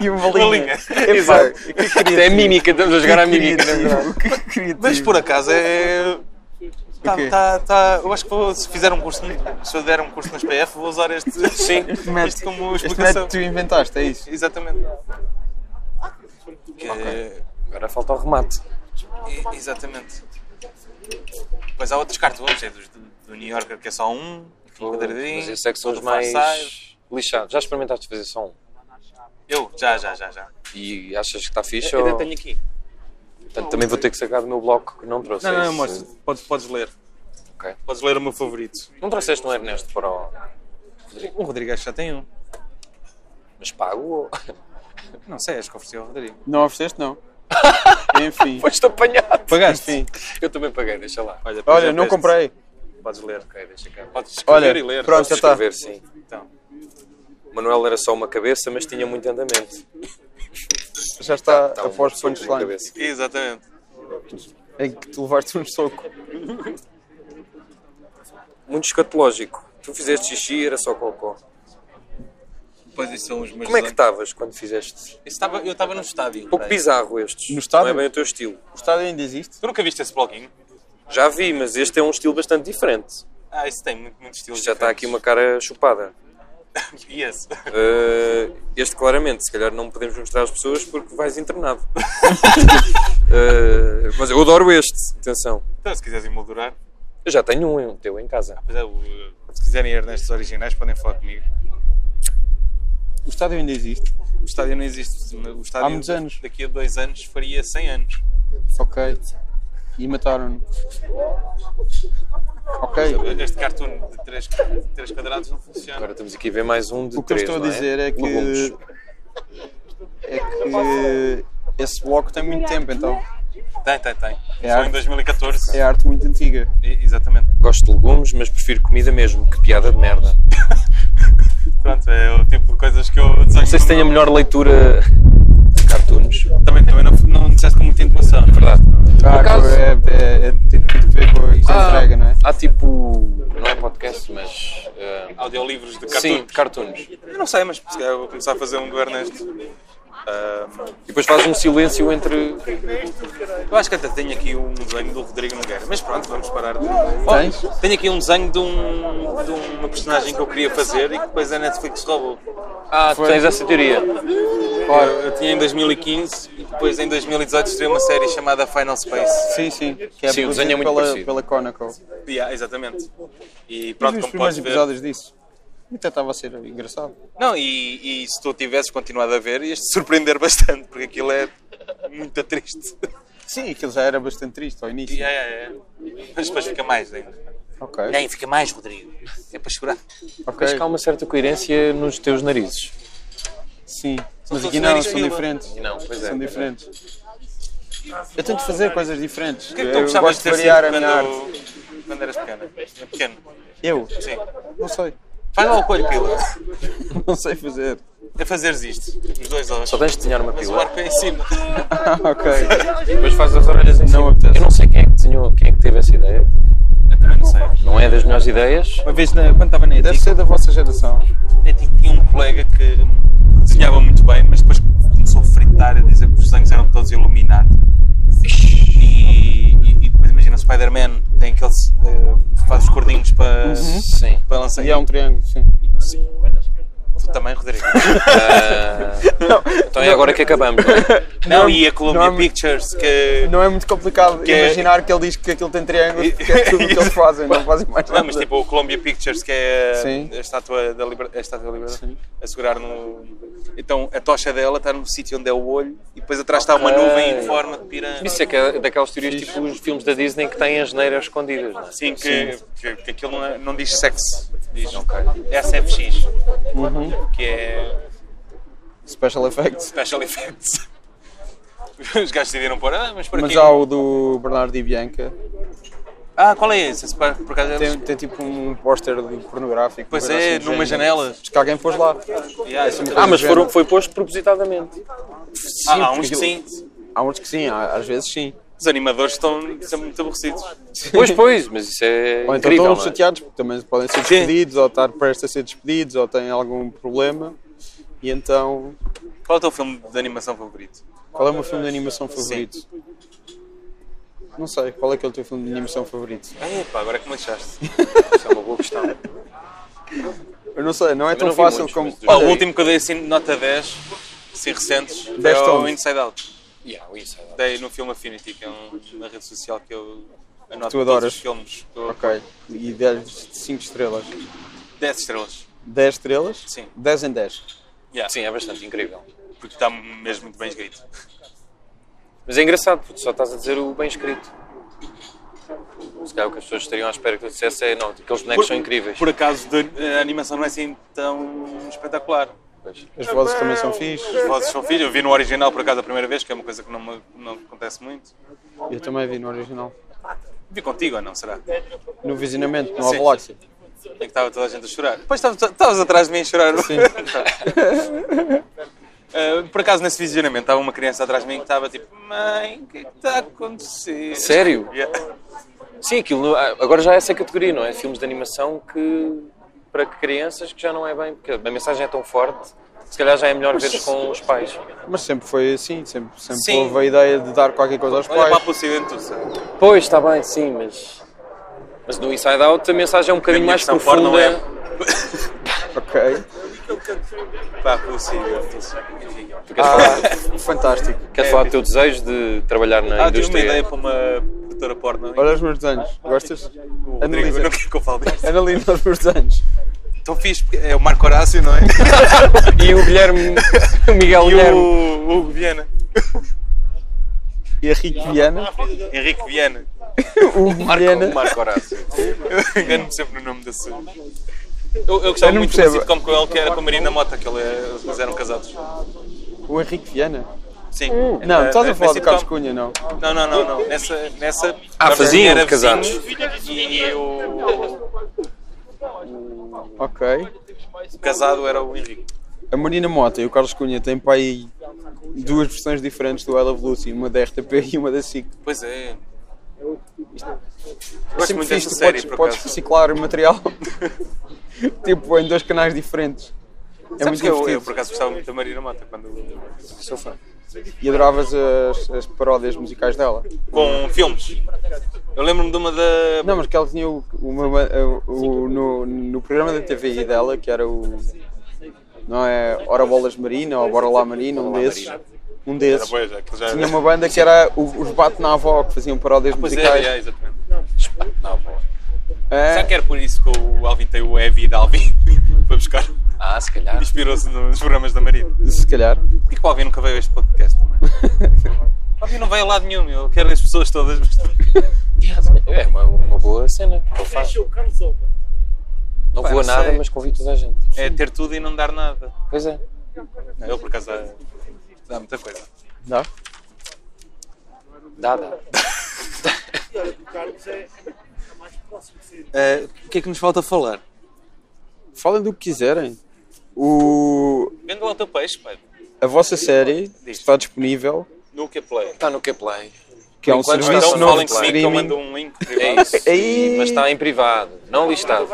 E uma
Uma linha.
Exato.
Até a mímica, estamos a jogar à mímica.
Mas por acaso é. Tá,
quê?
tá, tá. Eu acho que vou- se fizer um curso, no- se eu der um curso nas PF, vou usar este, Sim, isto como
Este método
explicação.
que tu inventaste, é isso?
Exatamente. Que-
Agora falta o remate.
e- Exatamente. Depois há outros cartoons, é dos, do, do New Yorker que é só um, um quadradinho.
Mas esses é que são
do
os mais
Far Side.
lixados. Já experimentaste fazer só um?
Eu, já, já, já, já.
E achas que está fixe?
Eu
Ou...
ainda tenho aqui.
Portanto, também vou ter que sacar do meu bloco que não trouxe.
Ah, Não,
é
não,
isso?
mostra. Podes, podes ler.
Ok.
Podes ler o meu favorito.
Não trouxeste um Ernesto para o...
O Rodrigo acho que já tem um.
Mas pago ou...
Não sei, acho que ofereceu ao Rodrigo.
Não ofereceste, não. Enfim.
Foste apanhado.
Pagaste?
Enfim.
Eu também paguei, deixa lá.
Olha, depois
Olha,
já
é.
não
tens-
comprei.
Podes ler.
Ok, deixa cá.
Podes escrever
Olha,
e ler.
pronto,
Posso
já está.
escrever, sim.
Então,
Manuel era só uma cabeça, mas tinha muito andamento.
Já está
Tá, um
após
soco na
punchline.
cabeça.
Exatamente.
Em que tu levaste um soco.
Muito escatológico. Tu fizeste xixi e era só cocó.
Pois isso são os meus.
Como é que estavas quando fizeste?
Isso tava- eu estava no estádio.
Um pouco
peraí.
bizarro estes.
No estádio?
Não é bem o teu estilo.
O estádio ainda existe?
Tu nunca viste esse bloquinho?
Já vi, mas este é um estilo bastante diferente.
Ah, isso tem muito, muito estilo.
Isto já está aqui uma cara chupada.
E esse?
Uh, este claramente, se calhar não podemos mostrar às pessoas porque vais internado. Uh, mas eu adoro este, atenção.
Então, se quiseres emoldurar,
Eu já tenho um, um teu em casa.
pois é, o- se quiserem ir nestes originais, podem falar comigo.
O estádio ainda existe.
O estádio não existe. O estádio
Há muitos anos.
Daqui a dois anos faria 100 anos.
Ok. E mataram-no. Ok.
Este cartoon de 3, quadrados não funciona.
Agora estamos aqui a ver mais um de
O que eu
três,
estou a
não
dizer é que.
Legumes.
É que. Esse bloco tem muito tempo, então.
Tem, tem, tem.
É
Só
arte.
em 2014.
É arte muito antiga.
E- Exatamente.
Gosto de legumes, mas prefiro comida mesmo. Que piada de merda.
Pronto, é o tipo de coisas que eu desenho.
Não sei se tenho a melhor leitura de cartoons.
Também, também não, não disseste com muita intuação.
Verdade.
Ah, é, é, é, tem tudo a ver com a
Ah.
entrega, não é?
Há tipo. Não é podcast, mas. ah,
Audiolivros de cartoon.
sim, de cartoons. E
Eu não sei, mas se calhar vou começar a fazer um do Ernesto. Ahm,
depois faz um silêncio entre.
eu acho que até tenho aqui um desenho do Rodrigo Nogueira, mas pronto, vamos parar. De...
Tens?
Oh, tenho aqui um desenho de, um, de uma personagem que eu queria fazer e que depois a Netflix roubou.
Ah, tu tens essa teoria.
Ora, eu tinha em 2015 e depois em 2018 estreou uma série chamada Final Space.
Sim, sim. Que é
Sim, o desenho é muito
pela,
parecido.
pela Conoco.
Yeah, exatamente. E
Eu
pronto,
vi os
como podes
primeiros
ver.
episódios disso. E até estava a ser engraçado.
Não, e, e se tu tivesses continuado a ver, ias-te surpreender bastante, porque aquilo é muito triste.
Sim, aquilo já era bastante triste ao início.
Yeah, yeah, yeah. Mas depois fica mais ainda.
Ok.
Nem, fica mais, Rodrigo. É para chorar.
Mas
Ok.
que há uma certa coerência nos teus narizes.
Sim. Mas
todos
aqui não,
nariz
são
fila.
diferentes.
Não, pois é.
São diferentes. Eu tento fazer coisas diferentes.
O que é que tu
eu
gostavas
gosto
de
de
ter
variar a
sido
minha arte.
quando, quando eras pequena? Pequeno,
Eu?
sim.
Não sei.
Faz lá o coelho pila.
Não sei fazer.
É fazeres isto. Os dois olhos.
Só tens de desenhar uma
Mas o
pila.
arco é em cima.
Ah, ok.
Depois faz as orelhas em
Não
cima.
apetece.
Eu não sei quem é que desenhou, quem é que teve essa ideia.
Eu também não sei.
Não é das melhores ideias.
Uma vez, na- quando estava na
Deve
ETIC,
ser da vossa geração.
na ETIC tinha um colega que desenhava muito bem, mas depois começou a fritar, a dizer que os desenhos eram todos Illuminati. E, e- e depois imagina o Spider-Man, tem aqueles... eh, faz os cordinhos para...
Sim.
Para lançar.
E é um triângulo, sim.
Tu também, Rodrigo.
Então é agora que acabamos, não é?
Não,
Não,
e a Columbia
não é-
Pictures, que.
Não é muito complicado
é-
imaginar que ele diz que aquilo tem triângulo porque é tudo o que eles fazem, não fazem mais nada.
Não, mas tipo o Columbia Pictures, que é
Sim.
a, a estátua da liberdade, a estátua da liberdade a segurar no. Então a tocha dela está no sítio onde é o olho e depois atrás está uma
Ok.
nuvem em forma de pirâmide.
Isso é que é daquelas teorias tipo os filmes da Disney que têm as neiras escondidas, não é?
Sim, que, que, que aquilo não, é- não diz sexo, diz é
Ok.
SFX, que é
Special effects.
Special Effects. Os gajos decidiram pôr, ah, mas por
Mas
aqui.
há o do Bernardo e Bianca,
Ah, qual é esse? Esse par- Por acaso é
Tem, tem tipo um póster de pornográfico.
Pois
uma coisa
é,
assim do
numa
género.
janela.
Diz que alguém pôs lá.
Yeah,
Assim,
Ah, mas
do género.
foram- foi posto propositadamente.
Sim,
Ah, há
porque
uns que sim.
aquilo- Há uns que sim, há- às vezes sim.
Os animadores estão sempre muito aborrecidos.
Pois, pois, mas isso é
Ou então
incrível.
estão
não é?
chateados, porque também podem ser despedidos, ou estar prestes a ser despedidos, ou têm algum problema. E então,
Qual é o teu filme de animação favorito?
qual é o meu filme de animação favorito? Não sei, qual é que é o teu filme de animação favorito?
Epá, agora é que me deixaste.
Isso é uma boa questão.
Eu não sei, não é tão
não vi
fácil
muitos,
como.
mas
Pá,
Olha
o
aí.
último que eu dei assim de nota 10, assim recentes, foi
10
o
tons.
Inside Out.
Yeah, o Inside Out.
Dei no filme Affinity, que é um- uma rede social que eu anoto
Tu
todos
adoras.
os filmes. que eu-
Ok, e 10 5 estrelas.
10 estrelas.
10 estrelas?
Sim.
10 em 10.
Yeah,
Sim, é bastante incrível.
Porque está mesmo muito bem escrito.
Mas é engraçado, porque só estás a dizer o bem escrito. Se calhar o que as pessoas estariam à espera que tu dissesse é não, aqueles bonecos são incríveis.
Por acaso, de- a animação não é assim tão espetacular.
Pois.
As vozes também são fixes.
Os vozes são filhos. Eu vi no original, por acaso, a primeira vez, que é uma coisa que não, me- não acontece muito.
Eu também vi no original.
Vi contigo ou não, será?
No visionamento, no
Sim.
Avalaxia.
Em É que estava toda a gente a chorar. Depois estavas atrás de mim a chorar. Sim. por acaso, nesse visionamento, estava uma criança atrás de mim que estava tipo: Mãe, o que é que está a acontecer? é,
Sério?
Yeah.
Sim, aquilo não- ah, agora já é essa categoria, não é? Filmes de animação que para crianças que já não é bem, porque a mensagem é tão forte, se calhar já é melhor veres com os pais.
Mas sempre foi assim, sempre, sempre
Sim.
houve a ideia de dar qualquer coisa aos
Olha para a
pais.
Pocidente, tu sabe?
Pois, está bem, sim, mas. Mas no Inside Out a mensagem é um bocadinho
minha
mais
versão porno é.
profunda.
Ok.
Para a é Pocidente. Enfim.
Tu queres falar,
Fantástico.
queres falar do teu desejo de trabalhar na
Ah, tive uma
indústria?
ideia para uma produtora porno.
Olha os meus desenhos. Gostas?
O Rodrigo,
Analisa.
não quero que eu fale disso.
Analisa os meus desenhos.
Estou fixe, porque é o Marco Horácio, não é?
E o Guilherme, o Miguel
E
Guilherme.
o Hugo Viana.
E a Rick Viana.
Henrique Viana.
O Viana.
Marco Horácio.
Eu engano-me sempre no nome desse. Eu, eu gostava
Eu não
muito
percebo.
de como com ele, que era com a Marina Mota, que ele, é, eles eram casados.
O Henrique Viana.
Sim.
Não,
Eh,
estás a
na
falar do
sitcom.
Carlos Cunha, não?
Não, não, não, não. Nessa. nessa
Ah,
Carlos
faziam
Cunha era
casados.
vizinho E o,
Ok.
o casado era o Henrique.
A Marina Mota e o Carlos Cunha têm para aí duas versões diferentes do I Love Lucy, uma da RTP e uma da SIC.
Pois é.
Eu
Gosto
sempre
muito
fiz,
dessa
tu
série,
podes,
por
podes é
acaso.
reciclar o material. tipo, em dois canais diferentes. É
Sabes
muito
que eu, eu,
divertido.
por acaso, gostava muito da Marina Mota quando.
Sou fã.
E adoravas as, as paródias musicais dela.
com filmes. Eu lembro-me de uma da.
Não, mas que ela tinha o, uma, o- o- no, no programa da TVI dela, que era o. Não é? Ora Bolas Marina ou Bora Lá Marina, um desses. Um desses.
Pois, é, que já
Tinha uma banda que era o- os Bate na Avó, que faziam paródias
Pois
musicais.
é, é, exatamente.
Não, bom.
É.
Será que era por isso que o Alvin tem o Heavy de Alvin para buscar?
Ah, se calhar.
Inspirou-se nos programas da Marina.
Se calhar.
Porquê que o Alvin nunca veio a este podcast também? O Alvin não veio a lado nenhum, eu quero as pessoas todas. Mas...
É uma, uma boa cena que ele faz. Não
Pá,
vou
não
a nada,
sei.
mas convido toda a gente.
É ter tudo e não dar nada.
Pois é.
Não, ele por acaso dá, dá muita coisa.
Dá?
Dada.
o que é que nos falta falar?
Falem do que quiserem. O,
Vendo lá o teu peixe, pai.
a vossa série está disponível,
No que play.
Está no K-Play.
que é um
enquanto,
serviço
Então
Isso não
falem
novo de
comigo que eu mando
streaming.
um link
É
privado.
isso.
Ei!
Mas está em privado, não listado.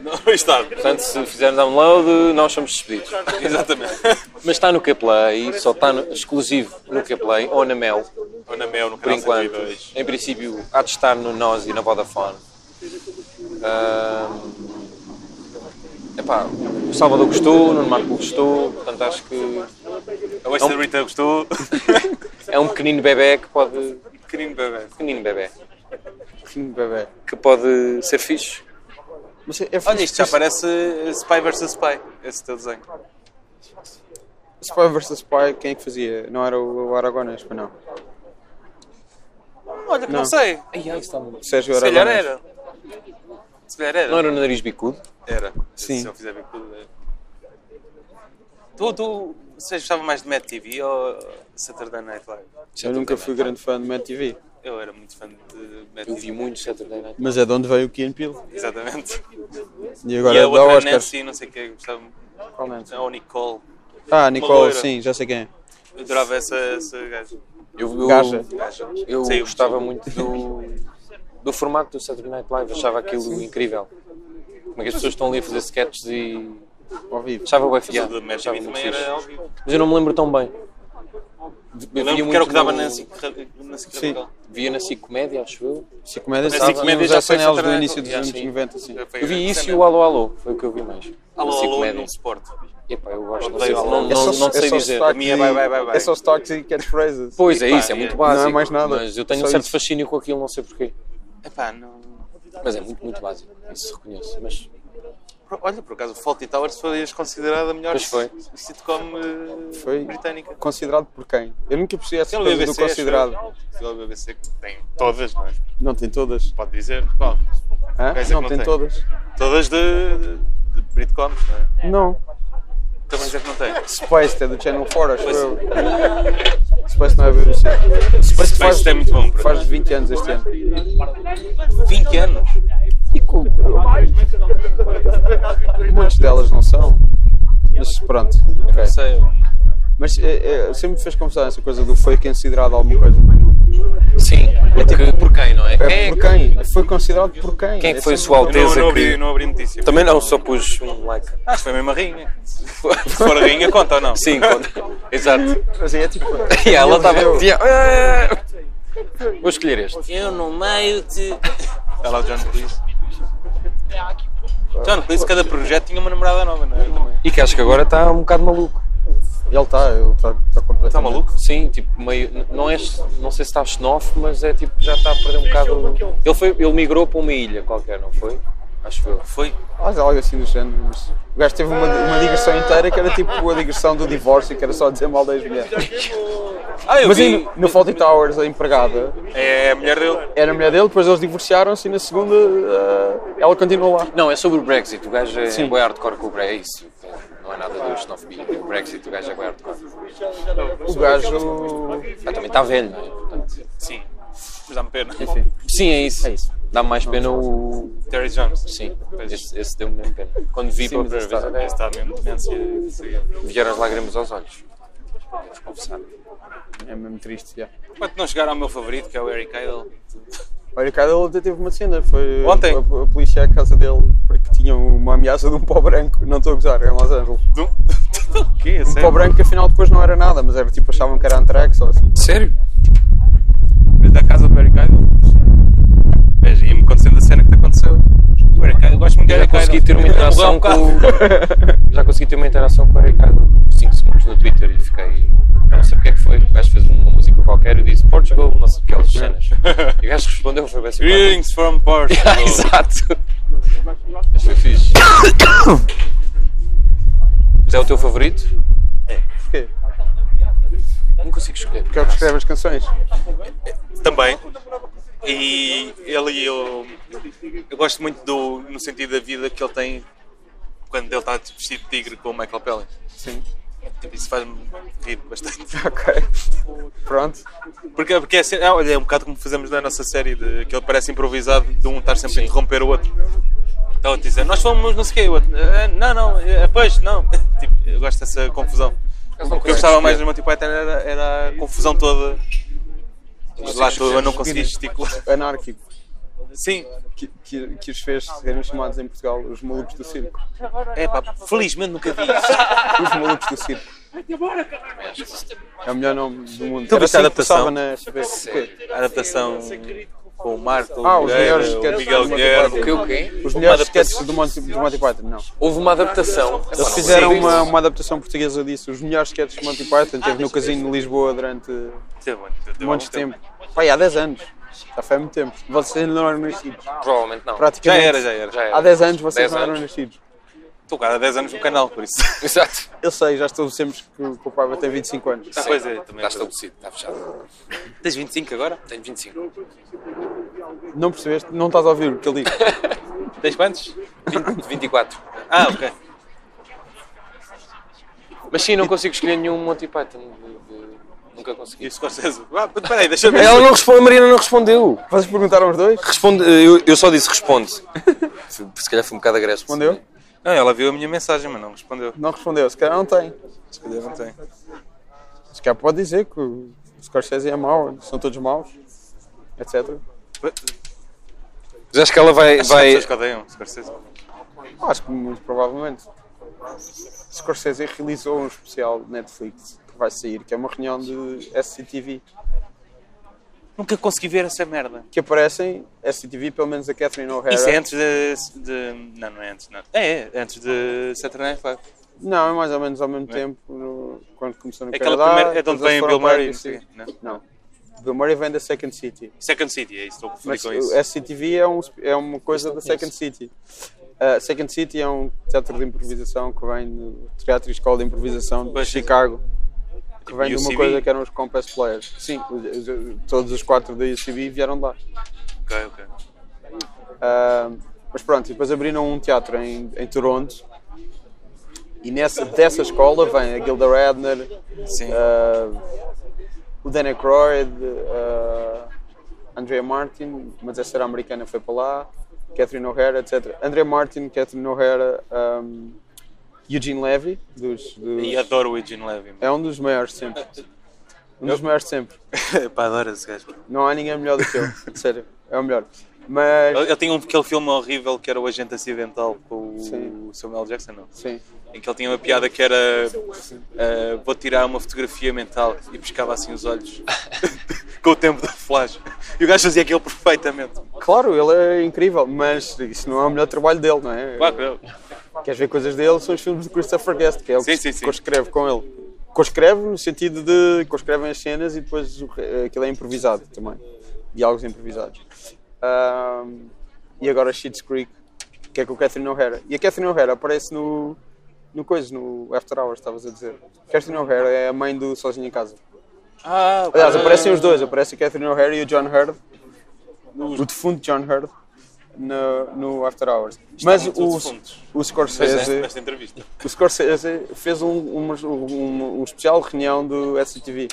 Não está.
Portanto, se fizerem download, nós somos despedidos.
Exatamente.
Mas está no K-Play, só está no- exclusivo no K-Play ou na Mel,
Ou na Mel, no
por
canal
enquanto.
102.
Em princípio, há de estar no Nós e na Vodafone. Ahm, epá, o Salvador gostou, o Nuno Marco gostou, portanto acho que
A Western Rita gostou.
é um pequenino bebê que pode.
Pequenino bebê.
Pequenino bebê.
um.
Sim, bebé.
Que pode ser fixe.
Mas é fixe
Olha, isto já
que
parece eh, Spy vs Spy, esse teu desenho.
Spy vs Spy, quem é que fazia? Não era o Aragonés, pois não.
Olha, que não,
Não.
sei.
Ai, ai, está muito.
Sérgio
Se calhar
Aragonés.
era. Se calhar era.
Não era no nariz bicudo?
Era.
Sim.
Se eu fizer bem tudo. é. Tu, tu, vocês gostavam mais de Mad TV ou Saturday Night Live?
Eu nunca fui grande fã de Mad TV.
Eu era muito fã de Matt
Eu vi muito Saturday Night.
Mas é de onde veio o Key and Peele.
Exatamente.
E agora
e a
dá o
outra
Oscar.
Nancy, não sei o que, gostava muito. Ou Nicole.
Ah, Nicole,
loira.
sim, já sei quem é.
Eu adorava essa, essa gaja.
Eu, eu,
Gaja.
eu
Sim, eu
gostava
percebo.
muito do, do formato do Saturday Night Live, achava aquilo incrível. Como é que as pessoas estão ali a fazer sketches e.
Ao vivo.
Achava bem fiado.
Yeah, do Matt
achava
TV
muito
também
fixe.
era ao vivo.
Mas eu não me lembro tão bem. Vi-
Eu lembro
via
que era o
muito
que dava
no-
na SIC Nancy
Sim.
Radical.
Via na SIC Comédia, acho eu.
Se comédia
Mas
estava
sim, comédia
nos
já foi
SNLs do
Saturday Night
início dos
Live,
anos
sim.
90, sim.
Já foi
Eu vi isso e
recente.
o Alô Alô, foi o que eu vi mais.
Alô,
na SIC
alô,
Comédia.
num suporte.
Epá, eu gosto, não
Odeio
sei,
Alô.
não, não,
É
não,
só-
sei
só
dizer.
sotaques
A minha
e-
vai, vai, vai, vai.
É só stocks e catchphrases.
Pois é,
Epá,
isso, é
é-
muito
não
é
básico.
mais nada,
Mas eu tenho
só
um certo
isso.
fascínio com aquilo, não sei porquê.
Epá, não...
Mas é muito, muito básico, isso se reconhece. Mas
Pro- Olha, por acaso, Fawlty Towers foi considerada a melhor
Pois foi.
sitcom eh,
Foi.
britânica.
Considerado por quem? Eu nunca percebi essa
Pelo
coisa
BBC,
do considerado.
acho eu. Pelo BBC, que tem todas, não é?
Não tem todas.
Pode dizer, bom,
Hã?
Quer dizer que
Não
não
tem
tem.
todas.
todas de, de, de Britcoms, não é?
Não.
Também dizer que não tem.
Spaced é do Channel 4, acho eu. Spaced não é BBC. Spaced
Mas
faz,
isto é muito bom, por
faz
acaso.
20 anos este ano.
20 anos.
E como? Muitas delas não são. Mas pronto. ok.
Não sei,
Mas é, é, sempre me fez confusão essa coisa do foi considerado alguma coisa.
sim, é tipo por quem, não é?
É por quem? Foi considerado por quem? um
Quem é que foi a
sempre
sua
uma
não,
Alteza
não, abri,
que-
não abri notícia.
Também não, só pus um like.
Acho que foi mesmo a rainha. Se for- se for a rainha, conta ou não?
Sim, conta. Exato.
confusão. Mas é tipo.
E ela estava.
Eu-
Vou escolher este. Eu no meio de.
Está lá o John Cleese. John Cleese, cada projeto tinha uma namorada nova, não é? Eu também.
E que acho que agora está um bocado maluco.
Ele está, ele está tá completamente.
Está maluco?
Sim, tipo, meio. n- Não, é, não sei se está xenófobo, mas é tipo, já está a perder um bocado. Ele, foi, ele migrou para uma ilha qualquer, não foi? Acho eu.
Foi.
Mas é algo assim do género. mas O gajo teve uma, uma digressão inteira que era tipo a digressão do divórcio, que era só dizer mal das mulheres.
Ah, eu
Mas
vi.
aí, no Fawlty Towers, a empregada
É a mulher dele.
era a mulher dele, depois eles divorciaram-se e na segunda eh, ela continuou lá.
Não, é sobre o Brexit. O gajo é
Sim.
bem hardcore com o Brexit. É isso. Não é nada do xenofobia. O Brexit, o gajo é bem hardcore.
O gajo.
Ah, também está velho, não é? Portanto,
Sim. Mas dá-me pena.
Enfim.
sim, é isso. Dá-me mais pena o.
Terry Jones.
Sim, esse, esse deu-me mesmo pena. Quando vi
Sim,
pela
mas
primeira
esse
vez,
está-
Está
olha,
mesmo demência.
vieram as lágrimas aos olhos. Devo confessar.
É mesmo triste, já.
Enquanto não chegar ao meu favorito, que é o Eric Idle.
Olha, cara, ele até teve uma cena. Foi
Ontem?
A, a polícia à casa dele porque tinha uma ameaça de um pó branco. Não estou a gozar, era em Los Angeles. Um
Do... Do quê? Um
pó branco que afinal depois não era nada, mas era tipo achavam que era antrax ou assim.
Sério?
Da casa do Eric Idle. Veja, ia-me acontecendo a cena que te aconteceu. O Eric Idle, gosto muito do
Já
Eric Idle. um
consegui ter uma interação com. o- Já consegui ter uma interação com o Eric Idle por 5 segundos no Twitter e fiquei. Não sei porque é que foi. O gajo fez uma música qualquer e disse Portugal, não sei aquelas cenas. E o gajo respondeu, foi bem simpático.
Greetings from Portugal.
Ah, Exato. Mas foi fixe. Mas é o teu favorito?
Porquê?
Não consigo escolher.
Porque é o que escreve as canções.
Também. E ele e eu. Eu gosto muito do. no sentido da vida que ele tem quando ele está tipo, vestido de tigre com o Michael Pelly.
Sim.
Tipo, isso faz-me rir bastante.
Ok. Pronto.
Porque, porque é, assim, ah, olha, é um bocado como fazemos na nossa série, de, que ele parece improvisado de um estar sempre a interromper o outro. Então eu te dizer, nós fomos não sei o quê, o outro, "Ah, não, não, eh, pois, não. Tipo, eu gosto dessa confusão. O
Eu não
que eu
consigo
gostava mais
escolher.
do Monty Python era, era a confusão toda. Mas lá estou, eu não consegui gesticular.
Anárquico.
Sim,
Que, que, que os fez serem chamados em Portugal os malucos do circo.
é pá, felizmente nunca vi isso.
Os malucos do circo. É o melhor nome do mundo.
Tu
Era
viste a
assim que
Então, adaptação?
passava na SBT. Porquê?
A adaptação com o Marco,
Ah,
o
os
Pereira,
melhores sketches
o Miguel
do Monty
O
Guerra.
quê? O quê?
Os melhores
adaptação.
sketches do Monty, do Monty Python, não.
Houve uma adaptação.
Eles fizeram uma, uma adaptação portuguesa disso. Os melhores sketches de Monty Python teve no casino de Lisboa durante montes de tempo. Pai, há 10 anos. Já foi há muito tempo. Vocês ainda não eram nascidos.
Provavelmente não.
Já
Praticamente.
era, já era.
Já era.
Há 10 anos vocês
10
não eram
anos.
nascidos.
Estou cara há 10 anos no canal, por isso.
Exato.
Eu sei, já estou sempre que o que o pai tem 25 anos.
Ah, pois é, também.
Está Tá estabelecido, está fechado.
Tens 25 agora?
Tenho 25.
Não percebeste? Não estás a ouvir o que ele diz.
Tens quantos?
20, 24.
Ah, ok.
Tipo- Mas sim, não consigo escolher nenhum Monty Python. de- de- Não Nunca consegui.
E o Scorsese? Ah, peraí, deixa-me.
É
Ela não respondeu, a Marina não respondeu.
Vocês perguntaram aos dois?
Responde, eu, eu só disse responde. Se calhar foi um bocado agresso.
Respondeu?
Não, É, ela viu a minha mensagem, mas não respondeu.
Não respondeu, se calhar não tem.
Se calhar não tem.
Se calhar pode dizer que o Scorsese é mau, são todos maus, etc.
Mas acho que ela vai.
Acho que há
vai...
pessoas que odeiam o Scorsese.
Acho que muito provavelmente. Scorsese realizou um especial Netflix que vai sair, que é uma reunião de SCTV,
Nunca consegui ver essa merda.
que aparecem, SCTV, pelo menos a Catherine O'Hara.
Isso é antes de, de- Não, não é antes, não. É, é antes de Saturday Night Live.
Não, é mais ou menos ao mesmo tempo, no- quando começou no
É aquela
Canadá.
primeira. É de
depois
onde vem
eles
o Bill
foram para
Murray.
a BBC.
não sei.
Não. Bill Murray vem da Second City.
Second City, é isso, estou a confundir
Mas
com
o
isso.
SCTV é, um, é uma coisa da Second City. A Second City é um teatro de improvisação que vem do Teatro e Escola de Improvisação de
Pois, sim.
Chicago. Que vem de uma
UCB?
coisa que eram os Compass Players. Sim, os- os- todos os quatro da UCB vieram de lá.
Ok, ok.
Ah, mas pronto, e depois abriram um teatro em, em Toronto. E nessa, dessa escola vem a Gilda Radner,
Sim.
ah, o Dan Aykroyd, ah, Andrea Martin, mas essa era americana, foi para lá, Catherine O'Hara, etc. Andrea Martin, Catherine O'Hara, ahm, Eugene Levy, dos, dos-
E adoro o Eugene Levy.
é um dos maiores sempre. Um dos maiores sempre.
mano. Pá, adoro esse gajo. mano.
Não há ninguém melhor do que eu, sério, é o melhor. Mas,
Ele ele tinha um, aquele filme horrível que era o Agente Acidental com
Sim.
o Samuel Jackson, não?
sim.
Em que ele tinha uma piada que era ah, vou tirar uma fotografia mental e piscava assim os olhos com o tempo do flash. E o gajo fazia aquilo perfeitamente.
Claro, ele é incrível, mas isso não é o melhor trabalho dele, não é?
Claro, que não.
Queres ver coisas dele? São os filmes de Christopher Guest, que é o
Sim,
que
sim, sim.
coescreve com ele. Coescreve no sentido de coescrevem as cenas e depois o re- aquilo é improvisado também. Diálogos improvisados. Ahm, e agora Schitt's Creek, que é com a Catherine O'Hara. E a Catherine O'Hara aparece no, no coisa, no After Hours, estavas a dizer. Catherine O'Hara é a mãe do Sozinho em Casa.
Ah,
Aliás, aparecem os dois, aparece a Catherine O'Hara e o John Hurd, o defunto John Hurd, no, no After Hours. Mas
muito
o,
defunto.
o Scorsese,
nesta entrevista.
o Scorsese fez um, um, um, um especial reunião do SCTV.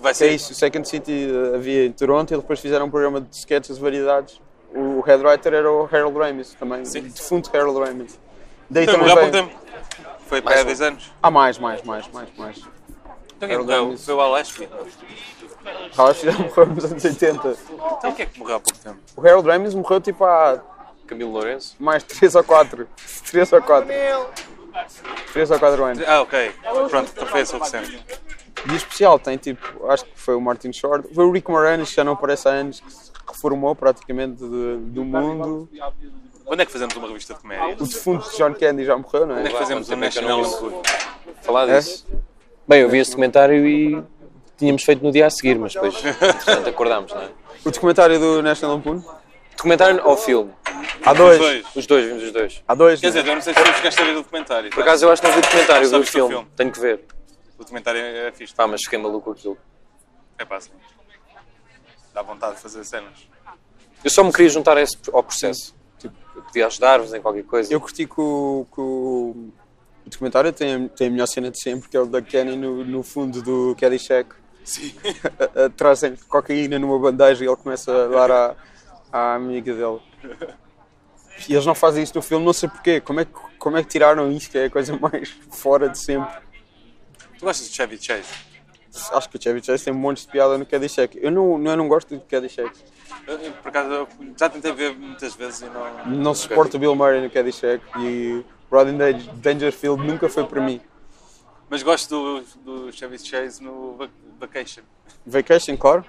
Vai
Que é
ser
isso, o Second City eh, havia em Toronto e depois fizeram um programa de sketches de variedades. O head writer era o Harold Ramis também,
Sim.
o defunto Harold Ramis. Daí
Foi
também
melhor para
veio-
Foi para há 10 anos.
Há mais, um. é mais, mais, mais, mais.
Então quem
Harold
morreu?
Ramis.
Foi o Então, Alaska.
Ralph Ah, já morreu nos anos 80.
Então quem é que morreu há pouco tempo?
O Harold Ramis morreu tipo há
Camilo Lourenço?
mais 3 ou 4. 3 ou 4. 3 ou 4 anos.
Ah, ok. Pronto, então foi esse o recente.
E o especial tem tipo, acho que foi o Martin Short, foi o Rick Moranis, que já não aparece há anos, que se reformou praticamente de- do mundo.
Quando é que fazemos uma revista de comédia?
O defunto de John Candy já morreu, não
Quando é
é?
que fazemos um
Quanto tempo é que eu não
National
ouço?
Lampoon?
Falar
É?
disso. Bem, eu vi esse documentário e tínhamos feito no dia a seguir, mas depois entretanto, acordámos, não é?
O documentário do National Lampoon?
Documentário ou filme?
Há dois.
Dois.
Os dois, vimos os dois.
Há dois. né?
Quer
Não?
dizer, eu não sei se tu chegaste a ver o documentário.
Por acaso eu acho que não vi o documentário, vi
Só
o
viste o
filme.
filme.
Tenho que ver.
O documentário é fixe.
Pá, mas fiquei maluco com aquilo.
É pá, assim. Dá vontade de fazer cenas.
Eu só me queria juntar a esse, ao processo. Tipo, eu podia ajudar-vos em qualquer coisa.
Eu curti que o, que o o documentário tem, a- tem a melhor cena de sempre, que é o da Kenny no, no fundo do Caddyshack.
Sim.
A- a- Trazem cocaína numa bandagem e ele começa a dar à, à amiga dele. E eles não fazem isso no filme, não sei porquê. Como é, que, como é que tiraram isso, que é a coisa mais fora de sempre?
Tu gostas de Chevy Chase?
Acho que o Chevy Chase tem um monte de piada no Caddyshack. Eu não, eu não gosto do Caddyshack.
Eu, eu, por acaso, eu já tentei ver muitas vezes e não...
Não suporto o Bill Murray no Caddyshack e Rodney Dan- Dangerfield nunca foi para mim.
Mas gosto do, do Chevy Chase no Vac- Vacation.
Vacation, claro.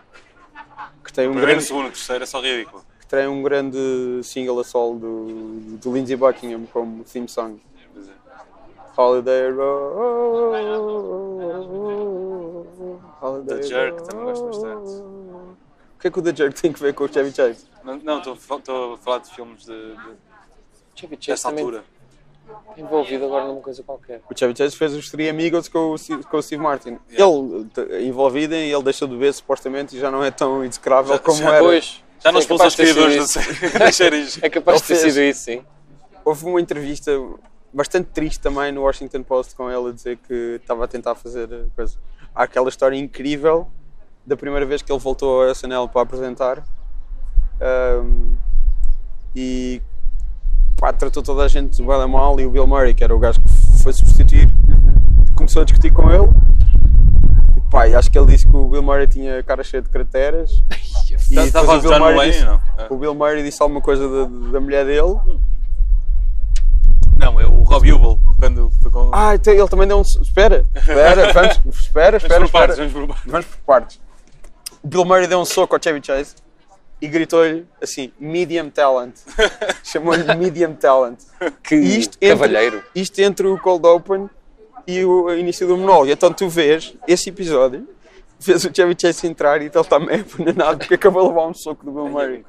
Que tem um,
Primeiro,
grande,
segundo, terceiro é só ridículo.
que tem um grande single a solo do, do Lindsey Buckingham como theme song.
Pois é.
Holiday Road. Holiday
The Jerk,
Road.
também gosto bastante.
O que é que o The Jerk tem que ver com o Chevy Chase?
Não, Não, estou a fa- estou a falar de filmes de, de-
Chevy Chase
dessa
também
altura.
está envolvido agora numa coisa qualquer.
O Chevy Chase fez os Three Amigos com o Steve, com o Steve Martin. Ele eh, é envolvido e ele deixa de beber supostamente e já não é tão execrável como
já-
era.
Pois.
Já não
é
expulsou os
capaz de ter sido
criadores da
isso.
série- das séries.
É capaz de ter
Ele fez.
sido isso, sim.
Houve uma entrevista bastante triste também no Washington Post com ele a dizer que estava a tentar fazer coisa. há aquela história incrível da primeira vez que ele voltou ao SNL para apresentar. Ahm, e pá, tratou toda a gente de bada mal e o Bill Murray, que era o gajo que foi substituir, começou a discutir com ele. E, pá, e acho que ele disse que o Bill Murray tinha a cara cheia de crateras. E
Estás tá a falar
depois o
do
Bill
John
Murray
Mulaney,
disse-
não? É.
O Bill Murray disse alguma coisa da, da mulher dele.
Não, é o Rob Hubel. Quando foi com...
Ah, então ele também deu um. Espera, espera, vamos, espera, espera,
Vamos por partes,
espera.
vamos por partes.
Vamos por partes. O Bill Murray deu um soco ao Chevy Chase e gritou-lhe assim: medium talent. Chamou-lhe medium talent.
Que
E isto
Hum, cavalheiro.
Entre, isto entre o cold open e o início do monólogo. Então tu vês esse episódio, vês o Chevy Chase entrar e ele está meio apanhanado porque acabou de levar um soco do Bill Murray.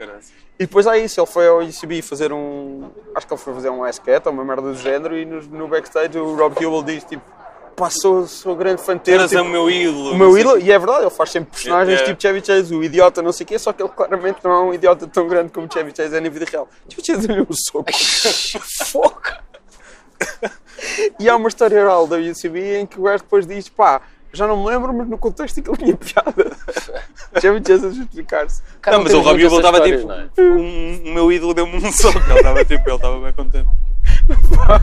E depois há isso, ele foi ao ECB fazer um. Acho que ele foi fazer um esquete ou uma merda do género e no, no backstage o Rob Hubel diz tipo: pá, sou, sou grande fã teu,
Eras
tipo,
o meu ídolo.
o
não
meu
sei
ídolo,
quê.
e é verdade, ele faz sempre personagens
É.
tipo Chevy Chase, o idiota, não sei o quê, só que ele claramente não é um idiota tão grande como Chevy Chase é na vida real. Chevy Chase deu-lhe um soco. Foco! e há uma história oral da UCB em que o gajo depois diz, pá, já não me lembro, mas no contexto aquilo tinha piada. Chevy Chase a justificar-se.
Cara,
Não, mas o
temos
Robbie Hubel
muitas
estava
essas
tipo.
histórias, é?
um- O meu ídolo deu-me um soco. Ele estava tipo, ele estava bem contente.
não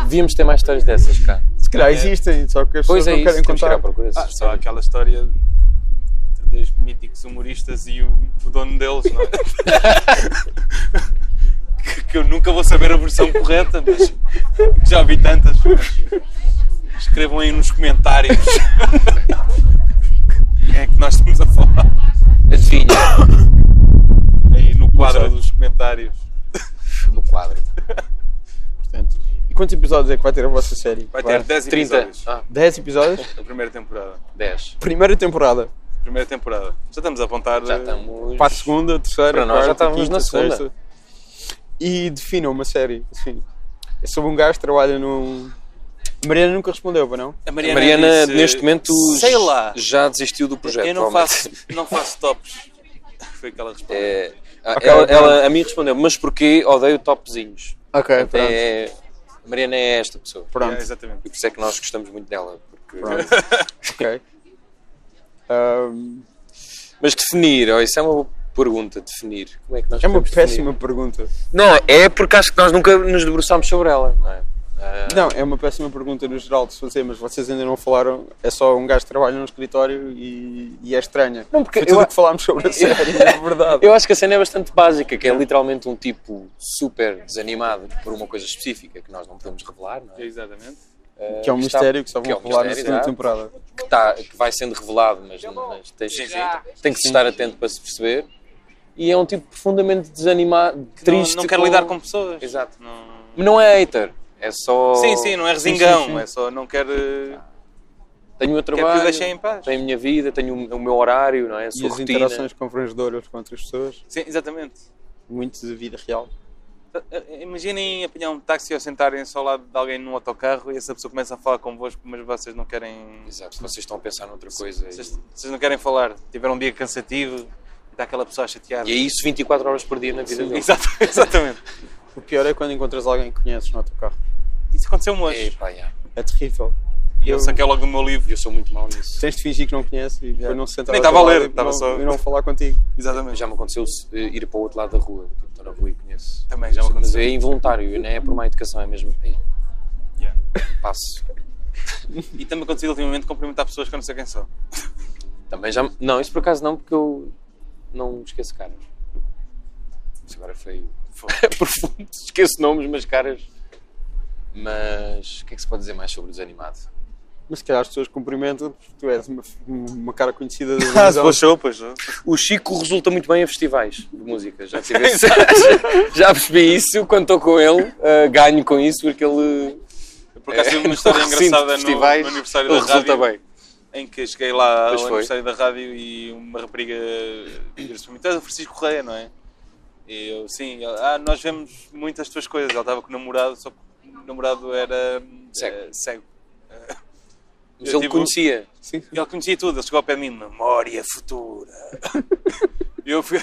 é? Devíamos ter mais histórias dessas, cara.
Se calhar existem, só que as
Pois
pessoas
é
não
isso,
querem
temos que ir à
contar.
procura dessas
Ah, só
histórias.
aquela história entre dois míticos humoristas e o, o dono deles, não é? que, que eu nunca vou saber a versão correta, mas já vi tantas. Escrevam aí nos comentários quem é que nós estamos a falar.
Adivinha,
Aí no quadro dos comentários.
no quadro.
Portanto, E quantos episódios é que vai ter a vossa série?
Vai ter 10
30.
episódios.
Ah,
10 episódios?
A primeira temporada.
10.
Primeira temporada.
Primeira temporada. Já estamos a apontar.
Já
eh,
estamos.
para a segunda, terceira,
Para nós
quarta,
já estávamos
quinta,
na segunda.
sexta. E defina uma série. Assim, é sobre um gajo que trabalha num. Mariana nunca respondeu, para não?
A
A Mariana,
disse,
neste momento,
Sei lá.
já desistiu do projeto.
Eu não
provavelmente.
faço, não faço tops. Foi aquela resposta.
É, a-
Ok,
ela,
pronto.
ela a mim respondeu, mas porquê odeio topzinhos?
Ok,
Portanto, é- a Mariana é esta pessoa.
Yeah,
Pronto,
exatamente.
E por isso é que nós gostamos muito dela. porque-
ok. Ahm,
Mas definir, ó, isso é uma boa pergunta, definir. Como é que nós
é uma
podemos
péssima pergunta.
definir? Não, é porque acho que nós nunca nos debruçámos sobre ela, não é? Ah,
Não, é uma péssima pergunta no geral de se fazer, mas vocês ainda não falaram. É só um gajo que trabalha num escritório e, e é estranha.
Não, porque
Foi tudo
eu-
o que falámos sobre a série, é verdade.
Eu acho que a cena é bastante básica, que é literalmente um tipo super desanimado por uma coisa específica que nós não podemos revelar, não é?
Exatamente.
Ah,
Que é um
está-
mistério que só
que é um
vão falar na
mistério,
segunda
exato.
temporada.
que, tá- que vai sendo revelado, mas, mas tens,
Sim, sim.
tem que se estar atento para se perceber. E é um tipo profundamente desanimado, triste.
não, não quero lidar com pessoas.
Exato.
Não-
Mas Não é hater, é só.
Sim, sim, não é
Sim, sim,
resingão.
sim.
É só não quero. eh,
Tenho o meu
Quero que o
trabalho,
deixem em paz.
tenho a minha vida, tenho o- o meu horário, não é? A
E
sua
as
rotina.
interações confrangedoras com outras pessoas,
Sim, exatamente.
muito de vida real.
Eh, Imaginem apanhar um táxi ou sentarem-se ao lado de alguém num autocarro e essa pessoa começa a falar convosco, mas vocês não querem.
Exato, vocês estão a pensar noutra coisa.
Vocês, vocês não querem falar. Tiveram um dia cansativo e está aquela pessoa a chatear.
E é isso 24 horas por dia na vida deles.
Exato, exatamente.
O pior é quando encontras alguém que conheces no autocarro.
Isso aconteceu-me hoje.
Epá, yeah.
É terrível.
E eu saquei logo do meu livro.
Eu sou muito mau nisso.
Tens de fingir que não conheces e depois não se sentar
Nem
ao
estava
teu
a
lado
ler,
e
estava
não-
só-
E não falar contigo.
Exatamente.
Já me aconteceu eh, ir para o outro lado da rua. Tipo, estou na rua e conheço.
Também já me
Mas
aconteceu.
é involuntário, não é por má educação, é mesmo. Ei,
Yeah.
passo.
E também aconteceu ultimamente cumprimentar pessoas que eu não sei quem são.
Também já. Não, isso por acaso não, porque eu não esqueço caras. Isso agora foi. foi profundo. Esqueço nomes, mas caras. Mas. O que é que se pode dizer mais sobre o desanimado?
Mas se calhar as pessoas cumprimentam porque tu és uma, uma cara conhecida da
Ah, se
televisão.
for show, pois não.
O Chico resulta muito bem a festivais de música. Já, tive esse- já percebi isso. Quando estou com ele, ah, ganho com isso, porque ele.
Por acaso tive
no
uma história
recinto de
engraçada no, no aniversário da
ele É, resulta
rádio,
bem.
em que cheguei lá
Pois
ao
foi.
aniversário da rádio e uma rapariga disse para mim, tu és o Francisco Correia, não é? E eu, sim, ela, ah, nós vemos muitas tuas coisas. Ela estava com o namorado, só que o namorado era eh,
Cego.
cego.
Mas
Eu
ele
tive-
conhecia.
Sim.
E ele conhecia tudo, ele chegou ao pé de mim, memória futura. E eu fui,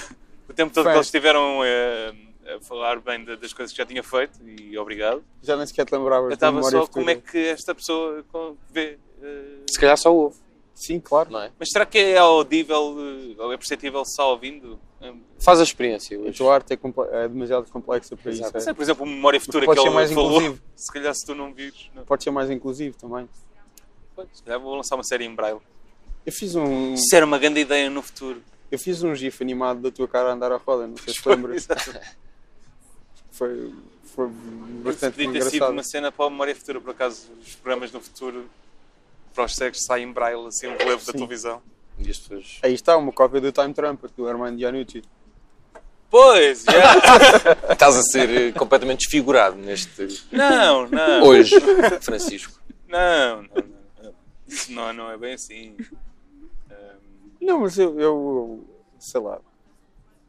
o tempo todo
Foi.
que eles estiveram eh, a falar bem de- das coisas que já tinha feito, e obrigado.
Já nem sequer te lembravas
Eu
da
estava
memória
só
futura.
como é que esta pessoa co- vê. eh,
Se calhar só ouve.
Sim, claro. Não é?
Mas será que é audível eh, ou é perceptível só ouvindo? Hum,
Faz a experiência.
A
Luís.
tua arte é, comple- é demasiado complexa para
Exato.
não
isso.
sei,
É?
por exemplo, o Memória Futura que
Pode ser
ele
mais
falou.
inclusivo.
Se calhar se tu não vires. Não.
Pode ser mais inclusivo também.
Se calhar vou lançar uma série em braille.
Eu fiz um,
Isso era uma grande ideia no futuro.
eu fiz um gif animado da tua cara a andar à roda, não sei se te lembras. Foi, foi
Isso
bastante
podia ter sido
engraçado.
uma cena para a Memória Futura, por acaso os programas no futuro para os cegos saem em braille, assim, um relevo da televisão.
E as pessoas.
Aí está, uma cópia do Time Trump do Armando Iannucci.
Pois, já.
Estás a ser eh, completamente desfigurado neste.
não, não,
Hoje, Francisco.
não, não, não. Isso não, não é bem assim. Hum. Ahm,
Não, mas eu, eu sei lá.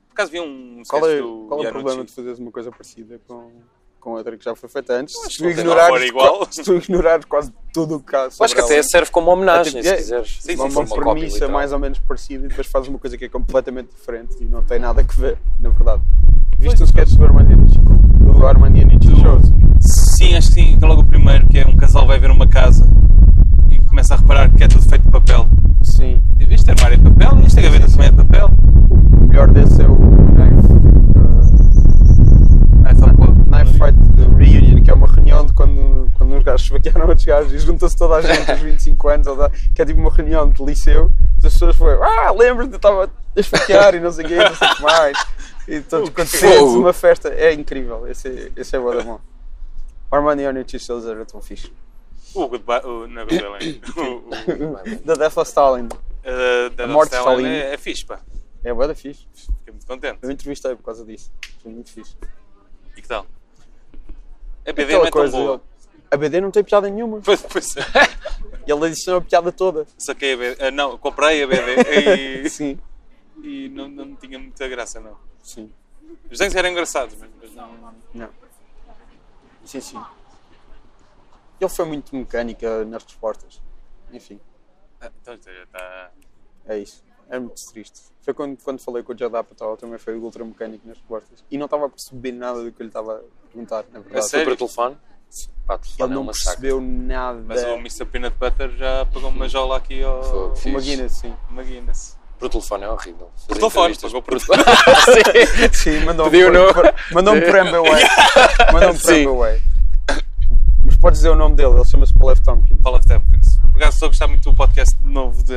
por acaso vi um sketch
Qual é,
do
qual é o
Iannucci.
problema de fazeres uma coisa parecida com, com outra que já foi feita antes? Se tu,
não tem nada a
ignorares,
ver igual.
qua- se tu ignorares quase tudo o caso.
Eu Acho que até é- serve como homenagem,
Até-
se quiseres.
Sim, sim,
uma,
sim,
uma
sim.
é
premissa é
então.
mais ou menos parecida e depois fazes uma coisa que é completamente diferente e não tem nada a ver, na verdade. Viste o sketch do Armando Iannucci? Do Armando Iannucci Show?
Sim, acho que sim, que é logo o primeiro, que é um casal vai ver uma casa e começa a reparar que é tudo feito de papel.
Sim.
Tipo, Este armário é de papel, esta gaveta também é de papel.
O melhor desse é o Knife,
Ah, só
uh,
pelo-
Knife Fight Reunion, que é uma reunião de quando, quando uns gajos esfaquearam outros gajos e junta-se toda a gente aos 25 anos, ou da- que é tipo uma reunião de liceu, as pessoas foram, ah, lembras-te, eu estava a esfaquear e não sei o quê, não sei o que mais. E todos contentes,
fogo.
uma festa, é incrível, esse, esse é o da mão. Armani Onichi Sales era tão fixe.
O Goodbye, o, não é Goodbye, Lenin. o, o,
Da Death of Stalin,
Uh, da
A morte de
Stella
Stalin.
É, é fixe, pá.
é boa da fixe.
Fiquei muito contente.
Eu entrevistei por causa disso, foi muito fixe.
E que tal? A BD não
Aquela
é tão boa.
coisa, a BD não tem piada nenhuma.
Pois, pois é.
E ele adicionou a piada toda.
Saquei a BD. ah, não, comprei a BD
Sim.
e, e não, não tinha muita graça, não.
Sim.
Os desenhos eram engraçados, mas mas não.
Não. Sim, sim. Ele foi muito mecânica nas respostas. Enfim,
Ah, Então, isto já está.
é isso. É muito triste. Foi quando, quando falei com o Jad Apatow, ele também foi ultra mecânico nas respostas. E não estava a perceber nada do que eu lhe estava a perguntar, na
A
verdade.
sério?
Foi para o telefone? Pá, o telefone
Ele
é
não
um massacre.
percebeu nada.
Mas o Mr. Peanut Butter já pagou uma jola aqui ao.
Fogo, fixe.
Uma Guinness, sim.
Uma Guinness.
Por telefone é horrível. Fazer
Por telefone,
entrevistas
pagou
por
por
telefone.
Sim, um mandou-me
Pediu
por,
no-
por, mandou-me por MBWay. Mandou-me por
Sim.
MBWay. um Mas podes dizer o nome dele, ele chama-se Paul F. Tompkins.
Paul of Tompkins. Por acaso estou a gostar muito do podcast novo de.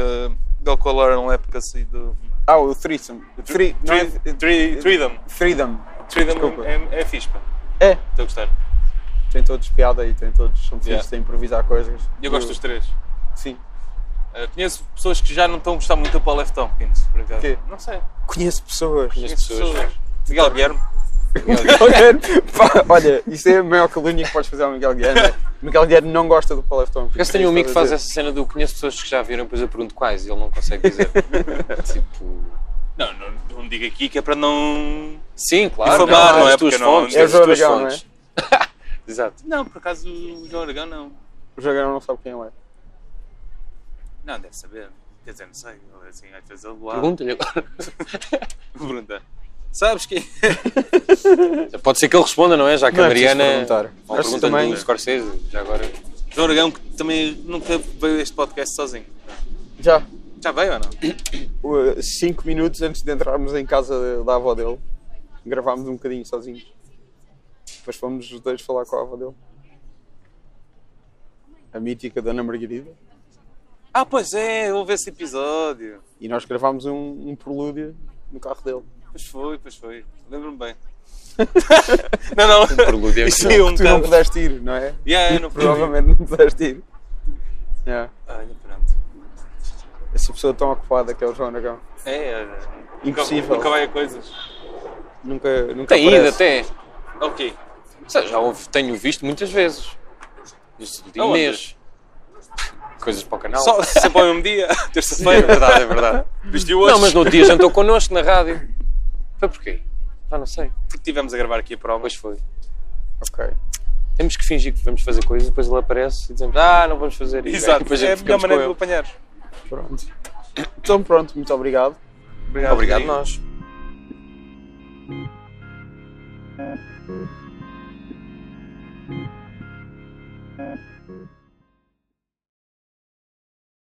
Dele com a Lauren Lepkus e assim do.
Ah, o Threesome. Three, não é-
Three- Three- Freedom.
Freedom.
Freedom
Desculpa.
é, é fixe, pá.
É,
Estou a gostar.
tem todos piada e tem todos, são
Yeah.
yeah. a improvisar coisas.
E eu gosto dos três.
Sim.
Uh, conheço pessoas que já não estão a gostar muito do Paul F. Tompkins, por acaso.
Quê?
Não sei.
Conheço pessoas.
Conheço
pessoas.
pessoas. Miguel Guilherme.
Pá, Olha, isso é a maior calúnia que podes fazer ao Miguel Guilherme. é, Miguel Guilherme não gosta do Paul É F. Tompkins.
Por acaso tenho um amigo que faz
Estás a
essa cena do conheço pessoas que já viram, depois eu pergunto quais e ele não consegue dizer. tipo.
Não, não, não digo aqui que é para não.
Sim, claro.
Informar, não é?
as tuas
Porque não-
fontes,
É o
as
João
tuas
Aragão, não é?
fontes. Exato.
Não, por acaso o João Aragão não.
dizer. O jogador não sabe quem ele é.
Não, deve saber. Quer dizer, não sei. Ele é assim, às vezes ele lá.
Pergunta-lhe agora.
Pergunta. Sabes que.
Pode ser que ele responda, não é? Já que
Não
a
é preciso
Mariana. Ou
perguntar.
Assim
Acho que
pergunta
também-
do Scorsese, já agora.
João Aragão que também nunca veio a este podcast sozinho.
Já,
Já veio ou não?
o- cinco minutos antes de entrarmos em casa da avó dele, gravámos um bocadinho sozinhos. Depois fomos os dois falar com a avó dele. A mítica Dona Margarida.
Ah, pois é, houve esse episódio.
E nós gravámos um, um prelúdio no carro dele.
Pois foi, pois foi. Lembro-me bem. não, não.
prelúdio é
Isso
muito
é um
Tu não
bocado.
pudeste ir, não é?
Yeah, eu não provavelmente.
Provavelmente não pudeste ir. Yeah.
Olha, pronto.
Essa pessoa tão ocupada que é o João Aragão.
É,
Impossível.
Nunca, nunca vai a coisas.
Nunca, nunca
Tem ido
aparece.
até.
Ok.
Sei, já ouve- tenho visto muitas vezes. Isso de
Aonde?
Inês. Coisas para o canal.
Só sempre ao mesmo um dia,
É
terça-feira.
verdade, é verdade.
Viste hoje?
Não, mas no outro dia jantou connosco na rádio. Foi porquê? Já não sei.
Porque tivemos a gravar aqui a prova.
Pois foi.
Ok.
Temos que fingir que vamos fazer coisas, depois ele aparece e dizemos, ah, não vamos fazer isso.
Exato,
Depois
é a melhor
ficamos
maneira de o
com ele.
apanhar.
Pronto. Então pronto, muito obrigado.
Obrigado,
Obrigado,
Rodrigo.
nós.